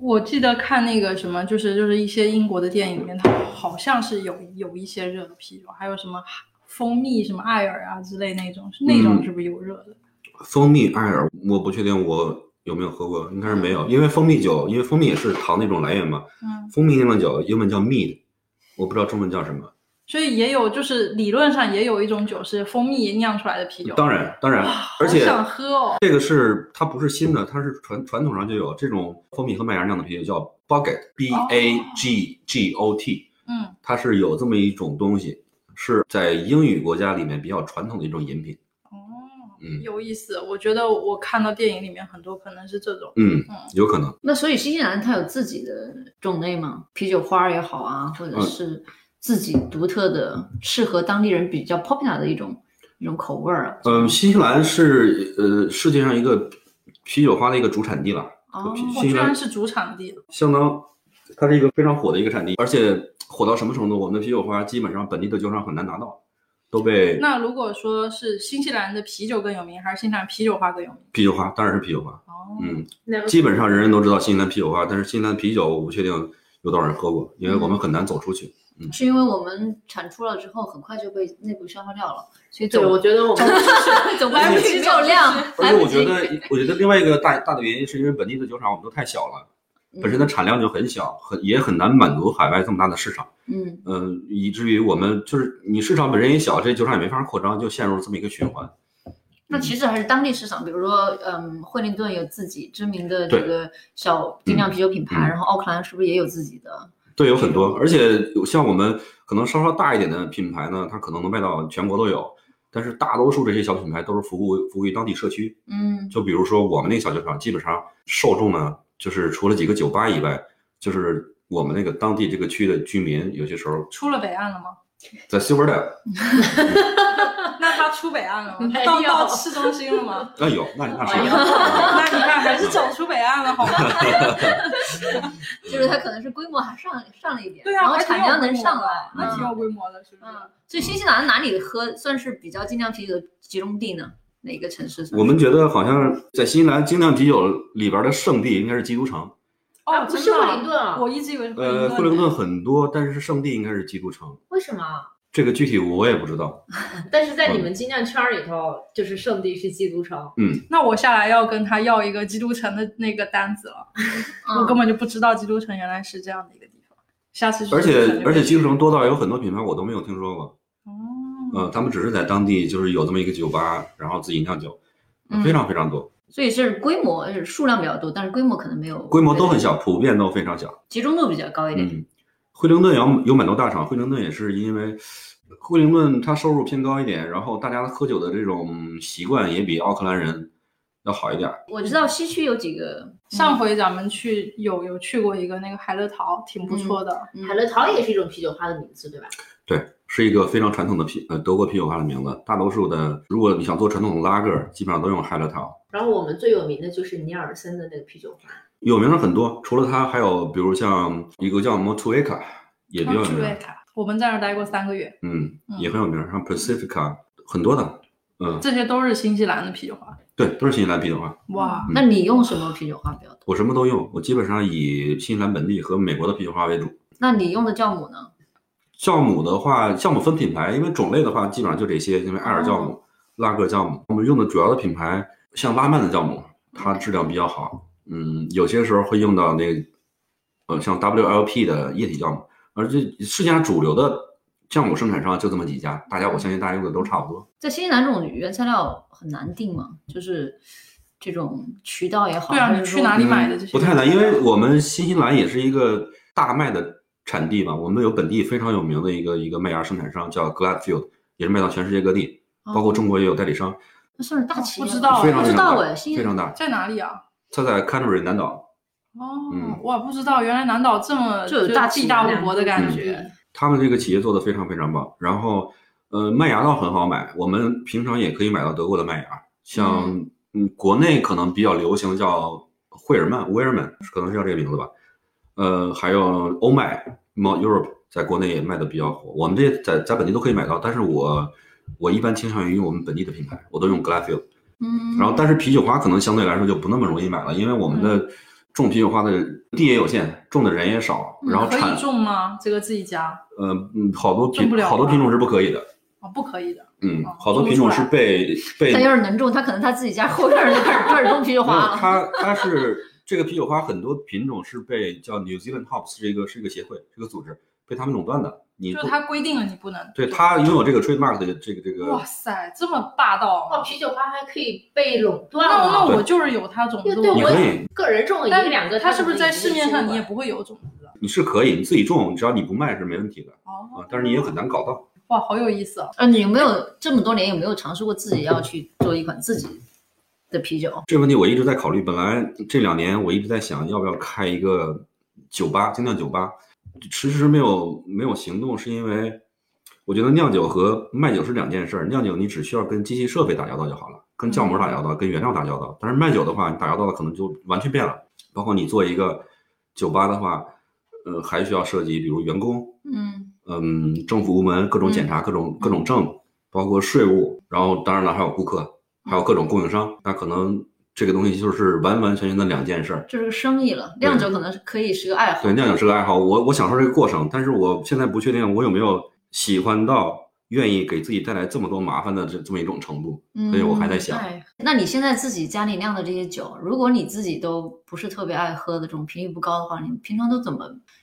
我记得看那个什么，就是就是一些英国的电影里面，它好像是有有一些热的啤酒，还有什么蜂蜜、什么艾尔啊之类那种，是那种
嗯
是不是有热的？
蜂蜜艾尔，我不确定我有没有喝过，应该是没有，因为蜂蜜酒，因为蜂蜜也是糖的一种来源嘛。
嗯，
蜂蜜酿的酒英文叫 mead，我不知道中文叫什么。
所以也有，就是理论上也有一种酒是蜂蜜酿出来的啤酒。
当然，当然，而
好
且
想喝哦，
这个是它不是新的，它是传传统上就有这种蜂蜜和麦芽酿的啤酒叫 Bogot，B A G G O T，
嗯，
它是有这么一种东西，是在英语国家里面比较传统的一种饮品。
哦，
嗯
有意思。我觉得我看到电影里面很多可能是这种，
嗯
嗯，
有可能。
那所以新西兰它有自己的种类吗？啤酒花儿也好啊，或者
嗯
是自己独特的、适合当地人比较 popular 的一种一种口味儿啊。
嗯，新西兰是呃世界上一个啤酒花的一个主产地了。
哦，
啤
我
新
居
西兰
然是主场地，
相当，它是一个非常火的一个产地，而且火到什么程度？我们的啤酒花基本上本地的酒厂很难拿到，都被
那如果说是新西兰的啤酒更有名，还是新西兰啤酒花更有名？
啤酒花，当然是啤酒花。
哦，
嗯，
那个
基本上人人都知道新西兰啤酒花，但是新西兰啤酒我不确定有多少人喝过，因为我们很难走出
嗯
去。
是因为我们产出了之后，很快就被内部消化掉了，所以
对，
总
我觉得我们
总来不及没有量，
而
来
且
不
我
及
觉。得，我觉得另外一个大大的原因是因为本地的酒厂我们都太小了，
嗯
本身的产量就很小，很也很难满足海外这么大的市场。
嗯，
嗯，以至于我们就是你市场本身也小，这酒厂也没法扩张，就陷入这么一个循环。
那其实还是当地市场，比如说，嗯，惠灵顿有自己知名的这
对
个小精酿啤酒品牌，
嗯
然后奥克兰是不是也有自己的？嗯
对，有很多，而且有像我们可能稍稍大一点的品牌呢，它可能能卖到全国都有，但是大多数这些小品牌都是服务服务于当地社区。
嗯，
就比如说我们那个小酒厂，基本上受众呢，就是除了几个酒吧以外，就是我们那个当地这个区的居民，有些时候
出了北岸了吗？
在 Silverdale，
那他出北岸了吗？
没有
到到市中心了吗？
那有，那那
哎
是
呦
有。
那你看还是走出北岸了，好吗？
就是它可能是规模还上上了一点，
对啊，
然后
还挺
产
有
量
规
能
模
上
的
来，
那挺
嗯
有规模的，是不是？
嗯，所以新西兰哪里喝算是比较精酿啤酒的集中地呢？哪个城市算是？
我们觉得好像在新西兰精酿啤酒里边的圣地应该是基督城，
哦，
不
真
是
的
惠灵
啊，
顿啊？
我一直以为是惠灵
呃，
顿。
惠灵顿很多，但是圣地应该是基督城。
为什么？
这个具体我也不知道。
但是在你们精酿圈儿里头，就是圣地是基督城。
那我下来要跟他要一个基督城的那个单子了，我根
嗯
本就不知道基督城原来是这样的一个地方。下次去
而
基督
且
城
而
就可
且
以
基督城多到有很多品牌我都没有听说过，
哦，
呃，他们只是在当地就是有这么一个酒吧，然后自己酿酒，呃
嗯
非常非常多，
所以是规模呃数量比较多，但是规模可能没有
规模都很小，普遍都非常小。
集中度比较高一点。
嗯，惠灵顿有有蛮多大厂，惠灵顿也是因为惠灵顿它收入偏高一点，然后大家喝酒的这种习惯也比奥克兰人要好一点。
我知道西区有几
嗯
个
上回咱们去有有去过一个那个海乐桃，挺不错的。
嗯
海乐桃也是一种啤酒花的名字，对吧？
对，是一个非常传统的啤呃德国啤酒花的名字。大多数的，如果你想做传统的拉格，基本上都用 h e l l t a l
然后我们最有名的就是尼尔森的那个啤酒花，
有名的很多，除了它，还有比如像一个叫 Motueka 也比较有
朱
名，
维嗯卡，我们在那儿待过三个月，
嗯，
哦嗯
也很有名，像 Pacifica 很多的，嗯，
这些都是新西兰的啤酒花。
对，都是新西兰啤酒花。
哇，
嗯
那你用什么啤酒花比较多？
我什么都用，我基本上以新西兰本地和美国的啤酒花为主。
那你用的酵母呢？
酵母的话，酵母分品牌，因为种类的话，基本上就这些，因为艾尔酵母、
哦
拉格酵母，我们用的主要的品牌，像拉曼的酵母，它质量比较好。嗯，有些时候会用到那个，呃，像 WLP 的液体酵母，而这世界上主流的酵母生产商就这么几家，大家我相信大家用的都差不多。
在新西兰这种原材料很难定吗？就是这种渠道也好，
对啊
还
你
是
去
说
哪里买的这些
嗯不太难，因为我们新西兰也是一个大麦的产地嘛，我们有本地非常有名的一个一个麦芽生产商叫 Gladfield，也是卖到全世界各地，包
哦
括中国也有代理商。
那算是大企业吗，
不知道啊
非常
不
非
知
常
道
大，
哎，新
非常大。
在哪里啊？
它在 Canary 南岛，
哦，
嗯
我不知道，原来南岛这么
就有大
地
气
大
的
物博的
嗯
感觉。
他们这个企业做的非常非常棒。然后，呃，麦芽倒很好买，我们平常也可以买到德国的麦芽，像嗯国内可能比较流行叫惠尔曼、威尔曼，可能是叫这个名字吧。呃，还有欧麦 m o u Europe 在国内也卖的比较火，我们这些在在本地都可以买到，但是我我一般倾向于用我们本地的品牌，我都用 Gladfield。
嗯，
然后，但是啤酒花可能相对来说就不那么容易买了，因为我们
嗯
的种啤酒花的地也有限，种的人也少，
嗯
然后
可
产
以种吗？这个自己家
呃嗯好多
种
品
不了
好多
吧
品种是不可以的，
哦，不可以的。
嗯
哦，
好多
种不
品种
出
是
来
被被
他要是能种，他可能他自己家后院儿就开始开始种啤酒
没
花啊
有
了。
它它是这个啤酒花很多品种是被叫 New Zealand Hops 这个是一个协会是一个组织被他们垄断的，你
就
不
是它规定了你不能。
对它拥有这个 trademark 的这个这
哇
个，
塞，这么霸道
哦，
吗？
啤酒花还可以被垄
那
断啊
那
了。
我就是有它种
对
子，
对，
你
我
可以
个人种了一
但
个两个，
它是不是
可能
在市
没
面上
接
你也
管
不会有种子的？
你是可以你自己种，只要你不卖是没问题的
哦
啊，，但是你也很难搞到。
哇，好有意思啊！
呃，你有没有这么多年有没有尝试过自己要去做一款自己的啤酒？
这个问题我一直在考虑，本来这两年我一直在想要不要开一个酒吧，精酿酒吧，迟迟没有没有行动，是因为我觉得酿酒和卖酒是两件事儿。酿酒你只需要跟机器设备打交道就好了，跟酵母打交道，跟原料打交道。但是卖酒的话，你打交道的可能就完全变了。包括你做一个酒吧的话，呃，还需要涉及比如员工，
嗯，
嗯，政府部门各种检查、各种各种证，包括税务，然后当然了，还有顾客，还有各种供应商。那可能这个东西就是完完全全的两件事儿。
就是个生意了。酿酒可能是可以是个爱好
对，，酿酒是个爱好，我我享受这个过程，但是我现在不确定我有没有喜欢到愿意给自己带来这么多麻烦的这这么一种程度，
嗯，
所以我还在想，
哎，
那你现在自己家里酿的这些酒，如果你自己都不是特别爱喝的，这种频率不高的话，你平常都怎么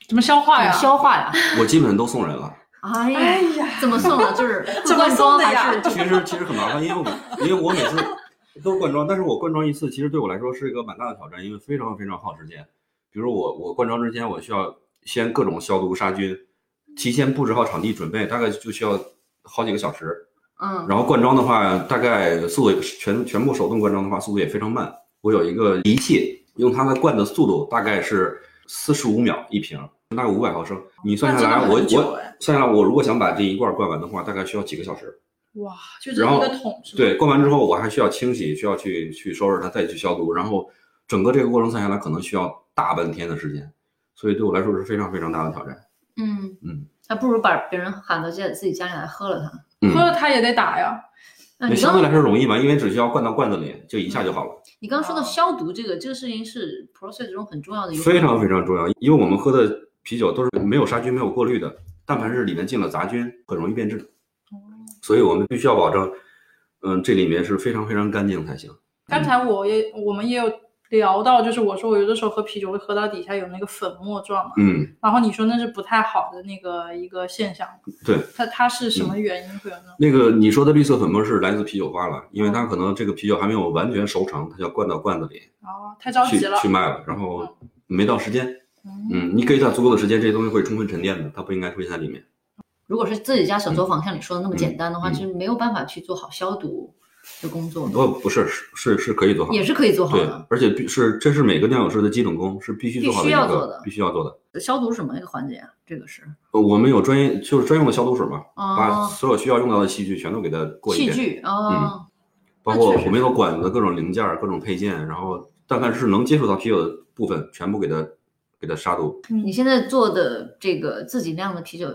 怎么消化呀？
消化呀？
我基本都送人了。
哎
哎
呀，
呀，
怎么送啊？ 就是
怎么
罐
送
装
的呀
还是 嗯
其实其实很麻烦，因为我因为我每次都是灌装，但是我灌装一次，其实对我来说是一个蛮大的挑战，因为非常非常耗时间。比如我我灌装之前，我需要先各种消毒杀菌，提前布置好场地准备，大概就需要好几个小时。
嗯
然后灌装的话，大概速度也全全部手动灌装的话，速度也非常慢。我有一个仪器，用它的灌的速度大概是四十五秒一瓶，大概五百毫升。你算下
那
来，
真的
我
很久
我
哎
算下来，我如果想把这一罐灌完的话，大概需要几个小时。
哇，就这
然
一
后
个桶是吧？
对，灌完之后我还需要清洗，需要去去收拾它，再去消毒，然后整个这个过程算下来可能需要大半天的时间，所以对我来说是非常非常大的挑战。
嗯
嗯，
还不如把别人喊到家自己家里来喝了它。
喝
嗯，
了它也得打呀。
那
那
你
相
刚
对来说容易嘛，因为只需要灌到罐子里就一下就好了，
你刚刚
哦
说到消毒这个这个事情是 process 中很重要的一个，
非常非常重要。因为我们喝的啤酒都是没有杀菌、没有过滤的，但凡是里面进了杂菌，很容易变质，所以我们必须要保证，嗯，这里面是非常非常干净才行。
刚才
嗯
我也我们也有聊到，就是我说我有的时候喝啤酒会喝到底下有那个粉末状嘛，
嗯，
然后你说那是不太好的那个一个现象，
对。嗯
它它是什么原因会有呢？
那个你说的绿色粉末是来自啤酒花了，因为它可能这个啤酒还没有完全熟成，它就要灌到罐子里
哦，太着
去
急了
去。卖了，然后没到时间。
嗯，
嗯，你给它足够的时间，这些东西会充分沉淀的，它不应该出现在里面。
如果是自己家小作坊，像你说的那么简单的话，
嗯嗯嗯
其实没有办法去做好消毒，的工作吗？
不哦不是是是是可以做好的，
也是可以做好
对
的。，
而且必是这是每个酿酒师的基本功，是必须
必
做好
须
一
要
个
做的
必须要做的。
消毒是什么一个环节啊？这个是
呃我们有专业就是专用的消毒水嘛，把
哦，
所有需要用到的器具全都给它过一嗯
器
遍，
具哦，
包
那
括
确实
我们有管子、各种零件儿、各种配件，然后但凡是能接触到啤酒的部分，全部给它给它杀毒。
你现在做的这个自己酿的啤酒，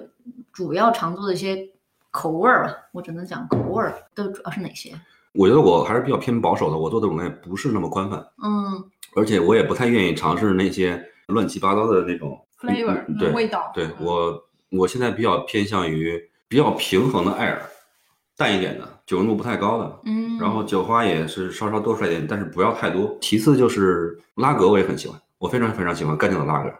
主要常做的一些口味儿吧，我只能讲口味儿，都主要是哪些？
我觉得我还是比较偏保守的，我做的种类不是那么宽泛，
嗯，
而且我也不太愿意尝试那些乱七八糟的那种
flavor
嗯
嗯
对
味道，
对
嗯
我，我现在比较偏向于比较平衡的艾尔，淡一点的，酒浓度不太高的，
嗯，
然后酒花也是稍稍多出来一点，但是不要太多。其次就是拉格，我也很喜欢，我非常非常喜欢干净的拉格。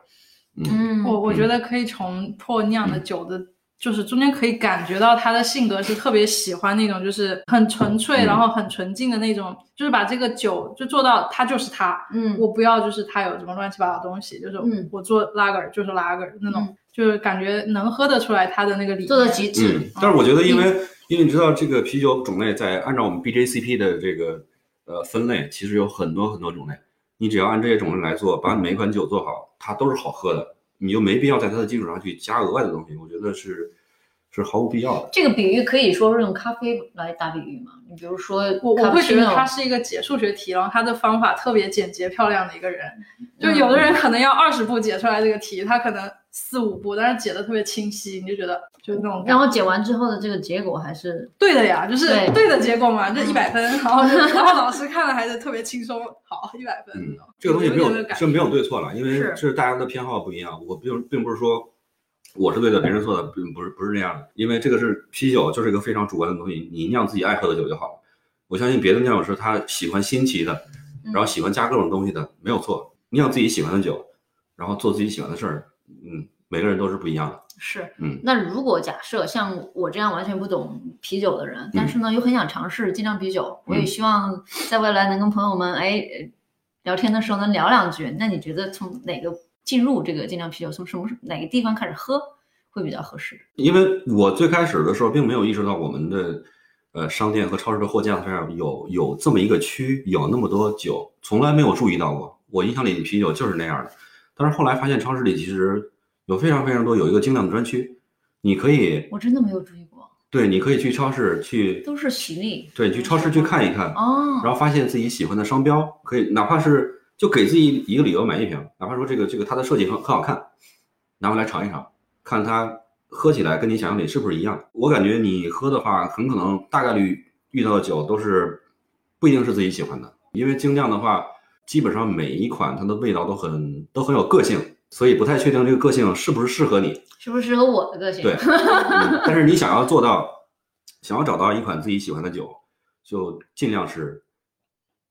嗯，
嗯，
我我觉得可以从破酿的酒的，就是中间可以感觉到他的性格是特别喜欢那种，就是很纯粹，
嗯
然后很纯净的那种，就是把这个酒就做到它就是它，
嗯，
我不要就是它有什么乱七八糟的东西，就是
嗯
我做拉格就是拉格那种
嗯，
就是感觉能喝得出来它的那个理念
做到极致，
嗯，但是我觉得，因为、因为你知道这个啤酒种类在按照我们 BJCP 的这个呃分类，其实有很多很多种类。你只要按这些种类来做，把每款酒做好，它都是好喝的，你就没必要在它的基础上去加额外的东西。我觉得是是毫无必要的。
这个比喻可以说是用咖啡来打比喻嘛？你比如说，
我我会觉得他是一个解数学题，然后他的方法特别简洁漂亮的一个人。就
嗯
有的人可能要二十步解出来这个题，他可能四五步，但是解的特别清晰，你就觉得就是那种感觉。
然后解完之后的这个结果还是
对的呀，就是
对
对的结果嘛，就一百分。然后就然后老师看了还是特别轻松，好一百分
嗯。
就
这个东西没
那种
有
感
是
觉
没有对错了，因为
是
是大嗯家的偏好不一样。我并并不是说我是对的，别人错的，并不是不是那样的。因为这个是啤酒，就是一个非常主观的东西，你酿自己爱喝的酒就好了。我相信别的酿酒师他喜欢新奇的，然后喜欢加各种东西的，没有错。酿自己喜欢的酒，然后做自己喜欢的事儿，嗯，每个人都是不一样的。
是。
嗯
那如果假设像我这样完全不懂啤酒的人，但是呢又很想尝试精酿啤酒，我也
嗯
希望在未来能跟朋友们哎呃聊天的时候能聊两句。那你觉得从哪个进入这个精酿啤酒，从什么哪个地方开始喝会比较合适？
因为我最开始的时候并没有意识到我们的呃商店和超市的货架上有有这么一个区，有那么多酒，从来没有注意到过。我印象里啤酒就是那样的，但是后来发现超市里其实有非常非常多有一个精酿的专区，你可以
我真的没有注意过，
对，你可以去超市去，
都是喜力
对，你去超市去看一看，
哦。
然后发现自己喜欢的商标，可以哪怕是就给自己一个理由买一瓶，哪怕说这个这个它的设计很很好看，拿回来尝一尝，看它喝起来跟你想象里是不是一样。我感觉你喝的话，很可能大概率遇到的酒都是不一定是自己喜欢的，因为精酿的话，基本上每一款它的味道都很都很有个性，所以不太确定这个个性是不是适合你。
是不是适合我的个性？
对嗯但是你想要做到，想要找到一款自己喜欢的酒，就尽量是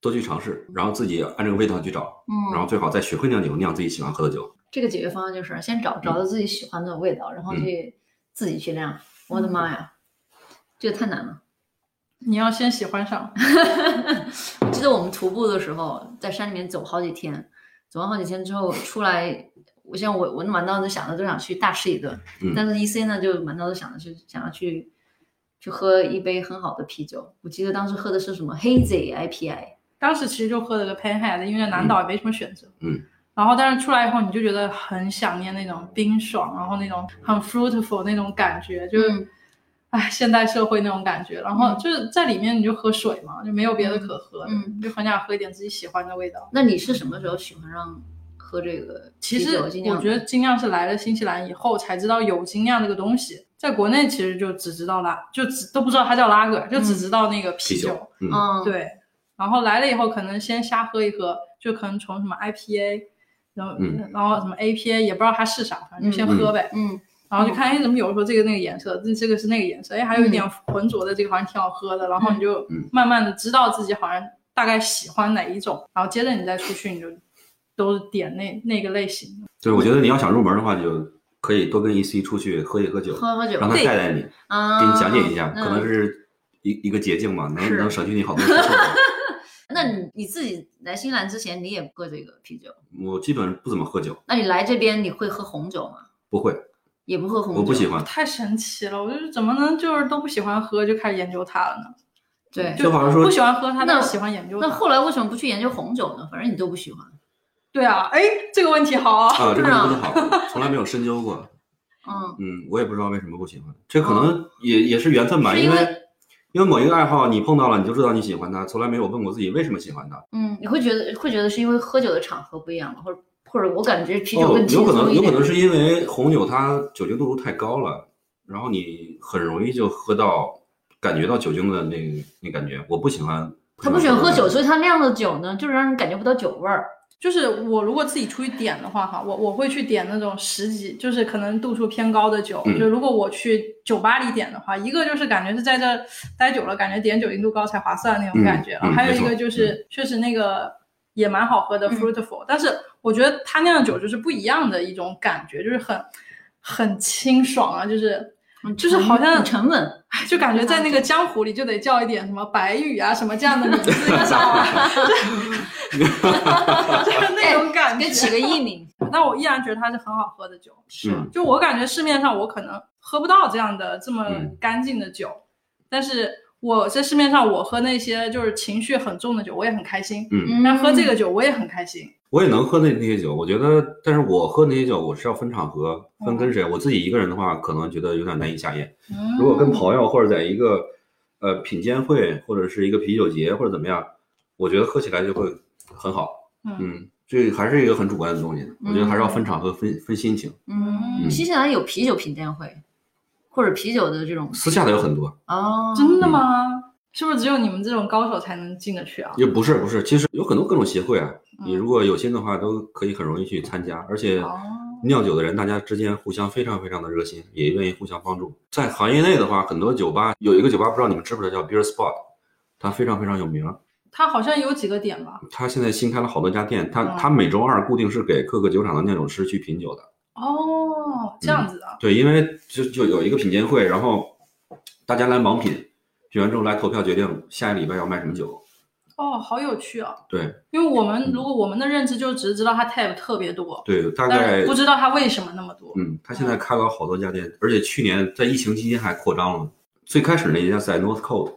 多去尝试，然后自己按这个味道去找，
嗯，
然后最好再学会酿酒，酿自己喜欢喝的酒。
这个解决方案就是先找
嗯
找到自己喜欢的味道，然后去自己去酿。我的妈呀，
嗯
这个太难了！
你要先喜欢上，
我记得我们徒步的时候，在山里面走好几天，走完好几天之后出来，我像我我满脑子想的都想去大吃一顿，
嗯
但是 E C 呢就满脑子想的是想要去去喝一杯很好的啤酒。我记得当时喝的是什么 Hazy IPA，
当时其实就喝了个 Panhead，因为南岛也没什么选择。
嗯。
然后，但是出来以后，你就觉得很想念那种冰爽，然后那种很 fruitful 那种感觉，就是
嗯
哎，现代社会那种感觉。然后
嗯
就是在里面你就喝水嘛，就没有别的可喝，
嗯，
就很想喝一点自己喜欢的味道。
那你是什么时候喜欢上喝这个
其
啤
实
酒精酿
我
的？
觉得精酿是来了新西兰以后才知道有精酿这个东西，在国内其实就只知道拉，就只都不知道它叫拉格，就只知道那个啤
嗯啤酒
酒。
嗯，
嗯，
对，然后来了以后可能先瞎喝一喝，就可能从什么 IPA，然后、
嗯
然后什么 APA 也不知道它是啥，反正就先喝呗。
嗯。
然后就看，哎，怎么有说这个那个颜色，这这个是那个颜色，哎，还有一点浑浊的，这个好像挺好喝的。然后你就
嗯
慢慢的知道自己好像大概喜欢哪一种，然后接着你再出去你就都点那那个类型。
对，我觉得你要想入门的话，你就可以多跟 E C 出去喝一喝酒，
喝喝酒，
让他
对
带带你，
啊，
给你讲解一下，
嗯
可能是一一个捷径嘛，能
是
能省去你好多时间。
那你你自己来新西兰之前，你也不喝这个啤酒，
我基本不怎么喝酒，
那你来这边你会喝红酒吗？
不会，
也不喝红酒，
我不喜。欢。
太神奇了，我就是怎么能就是都不喜欢喝就开始研究它了呢？
对。
就好像说
不喜欢喝它，但
那
是喜欢研究
那
它。
后来为什么不去研究红酒呢？反正你都不喜欢。
对啊，哎，这个问题好啊。
啊，这个
是啊
问题好，从来没有深究过。
嗯，
嗯，我也不知道为什么不喜欢，这可能也也是缘分吧，
哦是
因
因为
为因为某一个爱好你碰到了，你就知道你喜欢它，从来没有问过自己为什么喜欢它。
嗯，你会觉得会觉得是因为喝酒的场合不一样吗？或者或者我感觉啤酒
哦
更，轻
有可能
松一
有可
点。
能是因为红酒它酒精度数太高了，然后你很容易就喝到感觉到酒精的那个那感觉。我不喜欢，
他不喜欢喝
嗯
酒，所以他酿的酒呢，就是让人感觉不到酒味儿。
就是我如果自己出去点的话，哈，我我会去点那种十几，就是可能度数偏高的酒。
嗯
就如果我去酒吧里点的话，一个就是感觉是在这待久了，感觉点酒精度高才划算那种感觉。啊
嗯嗯
还有
没
一
错
个就是确实那个也蛮好喝的
嗯
fruitful，、但是我觉得他酿的酒就是不一样的一种感觉，就是很很清爽啊，就是
嗯
就是
沉
好像
很沉稳。
就感觉在那个江湖里就得叫一点什么白羽啊什么这样的名字，你知道吗？ 就是那种感觉
给。起个艺名，
但我依然觉得它是很好喝的酒。
是嗯
就我感觉市面上我可能喝不到这样的这么
嗯
干净的酒，但是我在市面上我喝那些就是情绪很重的酒，我也很开心。
嗯，
但喝这个酒我也很开心。
我也能喝那那些酒，我觉得，但是我喝那些酒，我是要分场合，
嗯
分跟谁。我自己一个人的话，可能觉得有点难以下咽。如果跟朋友或者在一个呃品鉴会或者是一个啤酒节或者怎么样，我觉得喝起来就会很好。
嗯
嗯，这还是一个很主观的东西，我觉得还是要分场合、分分心情。
嗯，
嗯
新西兰有啤酒品鉴会，或者啤酒的这种
私下的有很多，
哦，
真的吗？是不是只有你们这种高手才能进得去啊？
也不是不是，其实有很多各种协会啊，你
嗯
如果有心的话，都可以很容易去参加，而且
哦
酿酒的人大家之间互相非常非常的热心，也愿意互相帮助。在行业内的话，很多酒吧有一个酒吧，不知道你们知不知道，叫 Beer Spot，它非常非常有名。
它好像有几个点吧？
它现在新开了好多家店，它
嗯
它每周二固定是给各个酒厂的酿酒师去品酒的。
哦，这
嗯
样子的。
对，因为就就有一个品鉴会，然后大家来盲品，品完之后来投票决定下一礼拜要卖什么酒。
哦，好有趣啊！
对
因为我们如果我们的认知就只是知道它 tab 特别多，
对，
但
大概
是呃不知道它为什么那么多。
嗯，他现在开了好多家店，而且去年在疫情期间还扩张了。最开始那一家在 Northcote，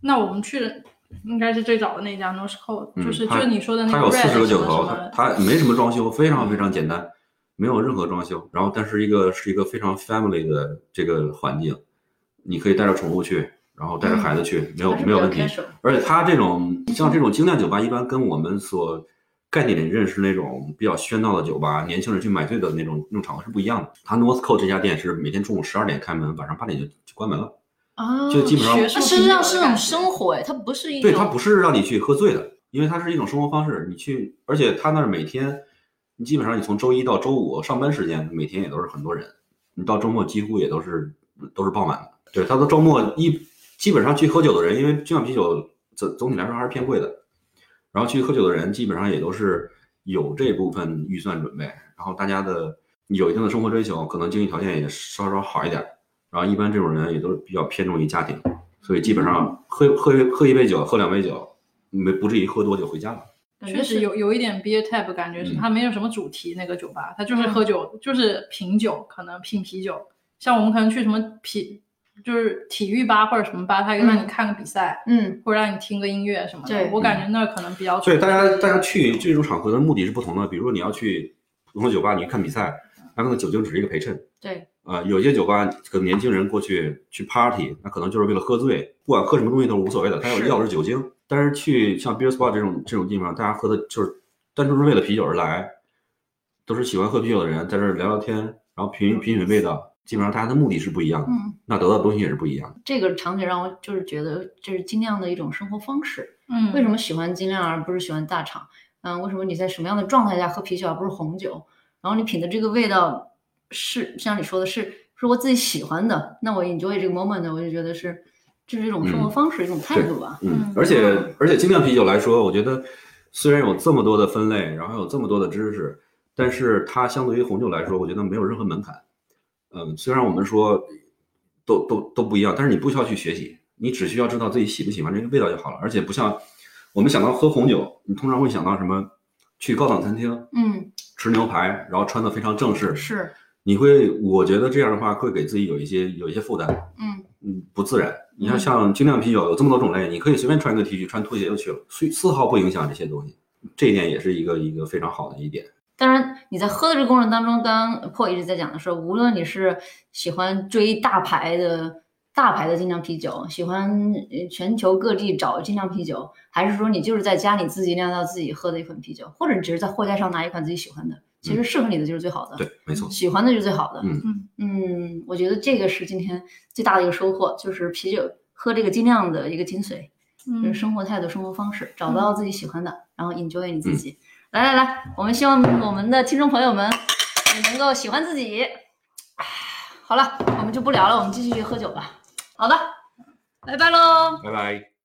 那我们去的应该是最早的那家 n o s c o
嗯
就是就
它
是你说的那
它
个
有
Red
四十个酒
什
头
么什么，
它没什么装修，非常非常简单，没有任何装修。然后，但是一个是一个非常 family 的这个环境，你可以带着宠物去，然后带着孩子去，没有
还是
没有
比较
问题
casual。
而且它这种像这种精酿酒吧，一般跟我们所概念里认识那种比较喧闹的酒吧，年轻人去买醉的那种那种场合是不一样的。它 Northcote 这家店是每天中午十二点开门，晚上八点就就关门了。
啊，
就基本上
学
它
术
实际上是一
那
种生活，哎，它不是一种
对，它不是让你去喝醉的，因为它是一种生活方式。你去，而且它那儿每天，你基本上你从周一到周五上班时间，每天也都是很多人，你到周末几乎也都是都是傍晚的。对，它的周末一基本上去喝酒的人，因为精酿啤酒总总体来说还是偏贵的，然后去喝酒的人基本上也都是有这部分预算准备，然后大家的有一定的生活追求，可能经济条件也稍稍好一点，然后一般这种人也都是比较偏重于家庭。所以基本上喝喝一喝一杯酒，喝两杯酒，没不至于喝多就回家了。
感觉
确实
是
有有一点 beer tab 感觉是
嗯
它没有什么主题，那个酒吧它
嗯
就是喝酒，就是品酒，可能品啤酒。像我们可能去什么啤，就是体育吧或者什么吧，它也让你
嗯
看个比赛，
嗯
或者让你听个音乐什么的。
对
我感觉那儿可能比较。
嗯所以大家大家去这种场合的目的是不同的。比如说你要去普通酒吧，你去看比赛，那可能酒精只是一个陪衬。
对
啊，有些酒吧可能年轻人过去去 party，那可能就是为了喝醉，不管喝什么东西都是无所谓的，他要
是
要的是酒精。但是去像 beer spa 这种这种地方，大家喝的就是单纯是为了啤酒而来，都是喜欢喝啤酒的人在这儿聊聊天，然后品品品味道，基本上大家的目的是不一样的，
嗯，
那得到的东西也是不一样的。
这个场景让我就是觉得这是精酿的一种生活方式。
嗯，
为什么喜欢精酿而不是喜欢大厂？嗯，为什么你在什么样的状态下喝啤酒而不是红酒？然后你品的这个味道是像你说的是是我自己喜欢的，那我 enjoy 这个 moment 呢，我就觉得是这是一种生活
嗯
方式，一种态
对
度吧。
嗯
嗯，
而且而且精酿啤酒来说，我觉得虽然有这么多的分类，然后有这么多的知识，但是它相对于红酒来说，我觉得没有任何门槛。嗯，虽然我们说都都都不一样，但是你不需要去学习，你只需要知道自己喜不喜欢这个味道就好了。而且不像我们想到喝红酒，你通常会想到什么？去高档餐厅
嗯，
吃牛排，然后穿的非常正式，
是，
你会，我觉得这样的话会给自己有一些有一些负担。
嗯，
嗯不自然。你看像精酿啤酒有这么多种类，你可以随便穿个 T 恤、穿拖鞋就去了，所以丝毫不影响这些东西。这一点也是一个一个非常好的一点。
当然，你在喝的这个过程当中，刚刚 Paul 一直在讲的是，无论你是喜欢追大牌的大牌的精酿啤酒，喜欢呃全球各地找精酿啤酒，还是说你就是在家里自己酿造自己喝的一款啤酒，或者你只是在货架上拿一款自己喜欢的，其实适合你的就是最好的，
嗯对，没错，
喜欢的就是最好的。
嗯
嗯
嗯我觉得这个是今天最大的一个收获，就是啤酒喝这个精酿的一个精髓。就是
嗯，
生活态度、生活方式，找到自己喜欢的，然后 enjoy 你自己。来来来，我们希望我们的听众朋友们也能够喜欢自己。唉好了，我们就不聊了，我们继续喝酒吧。好的，拜拜喽。
拜拜。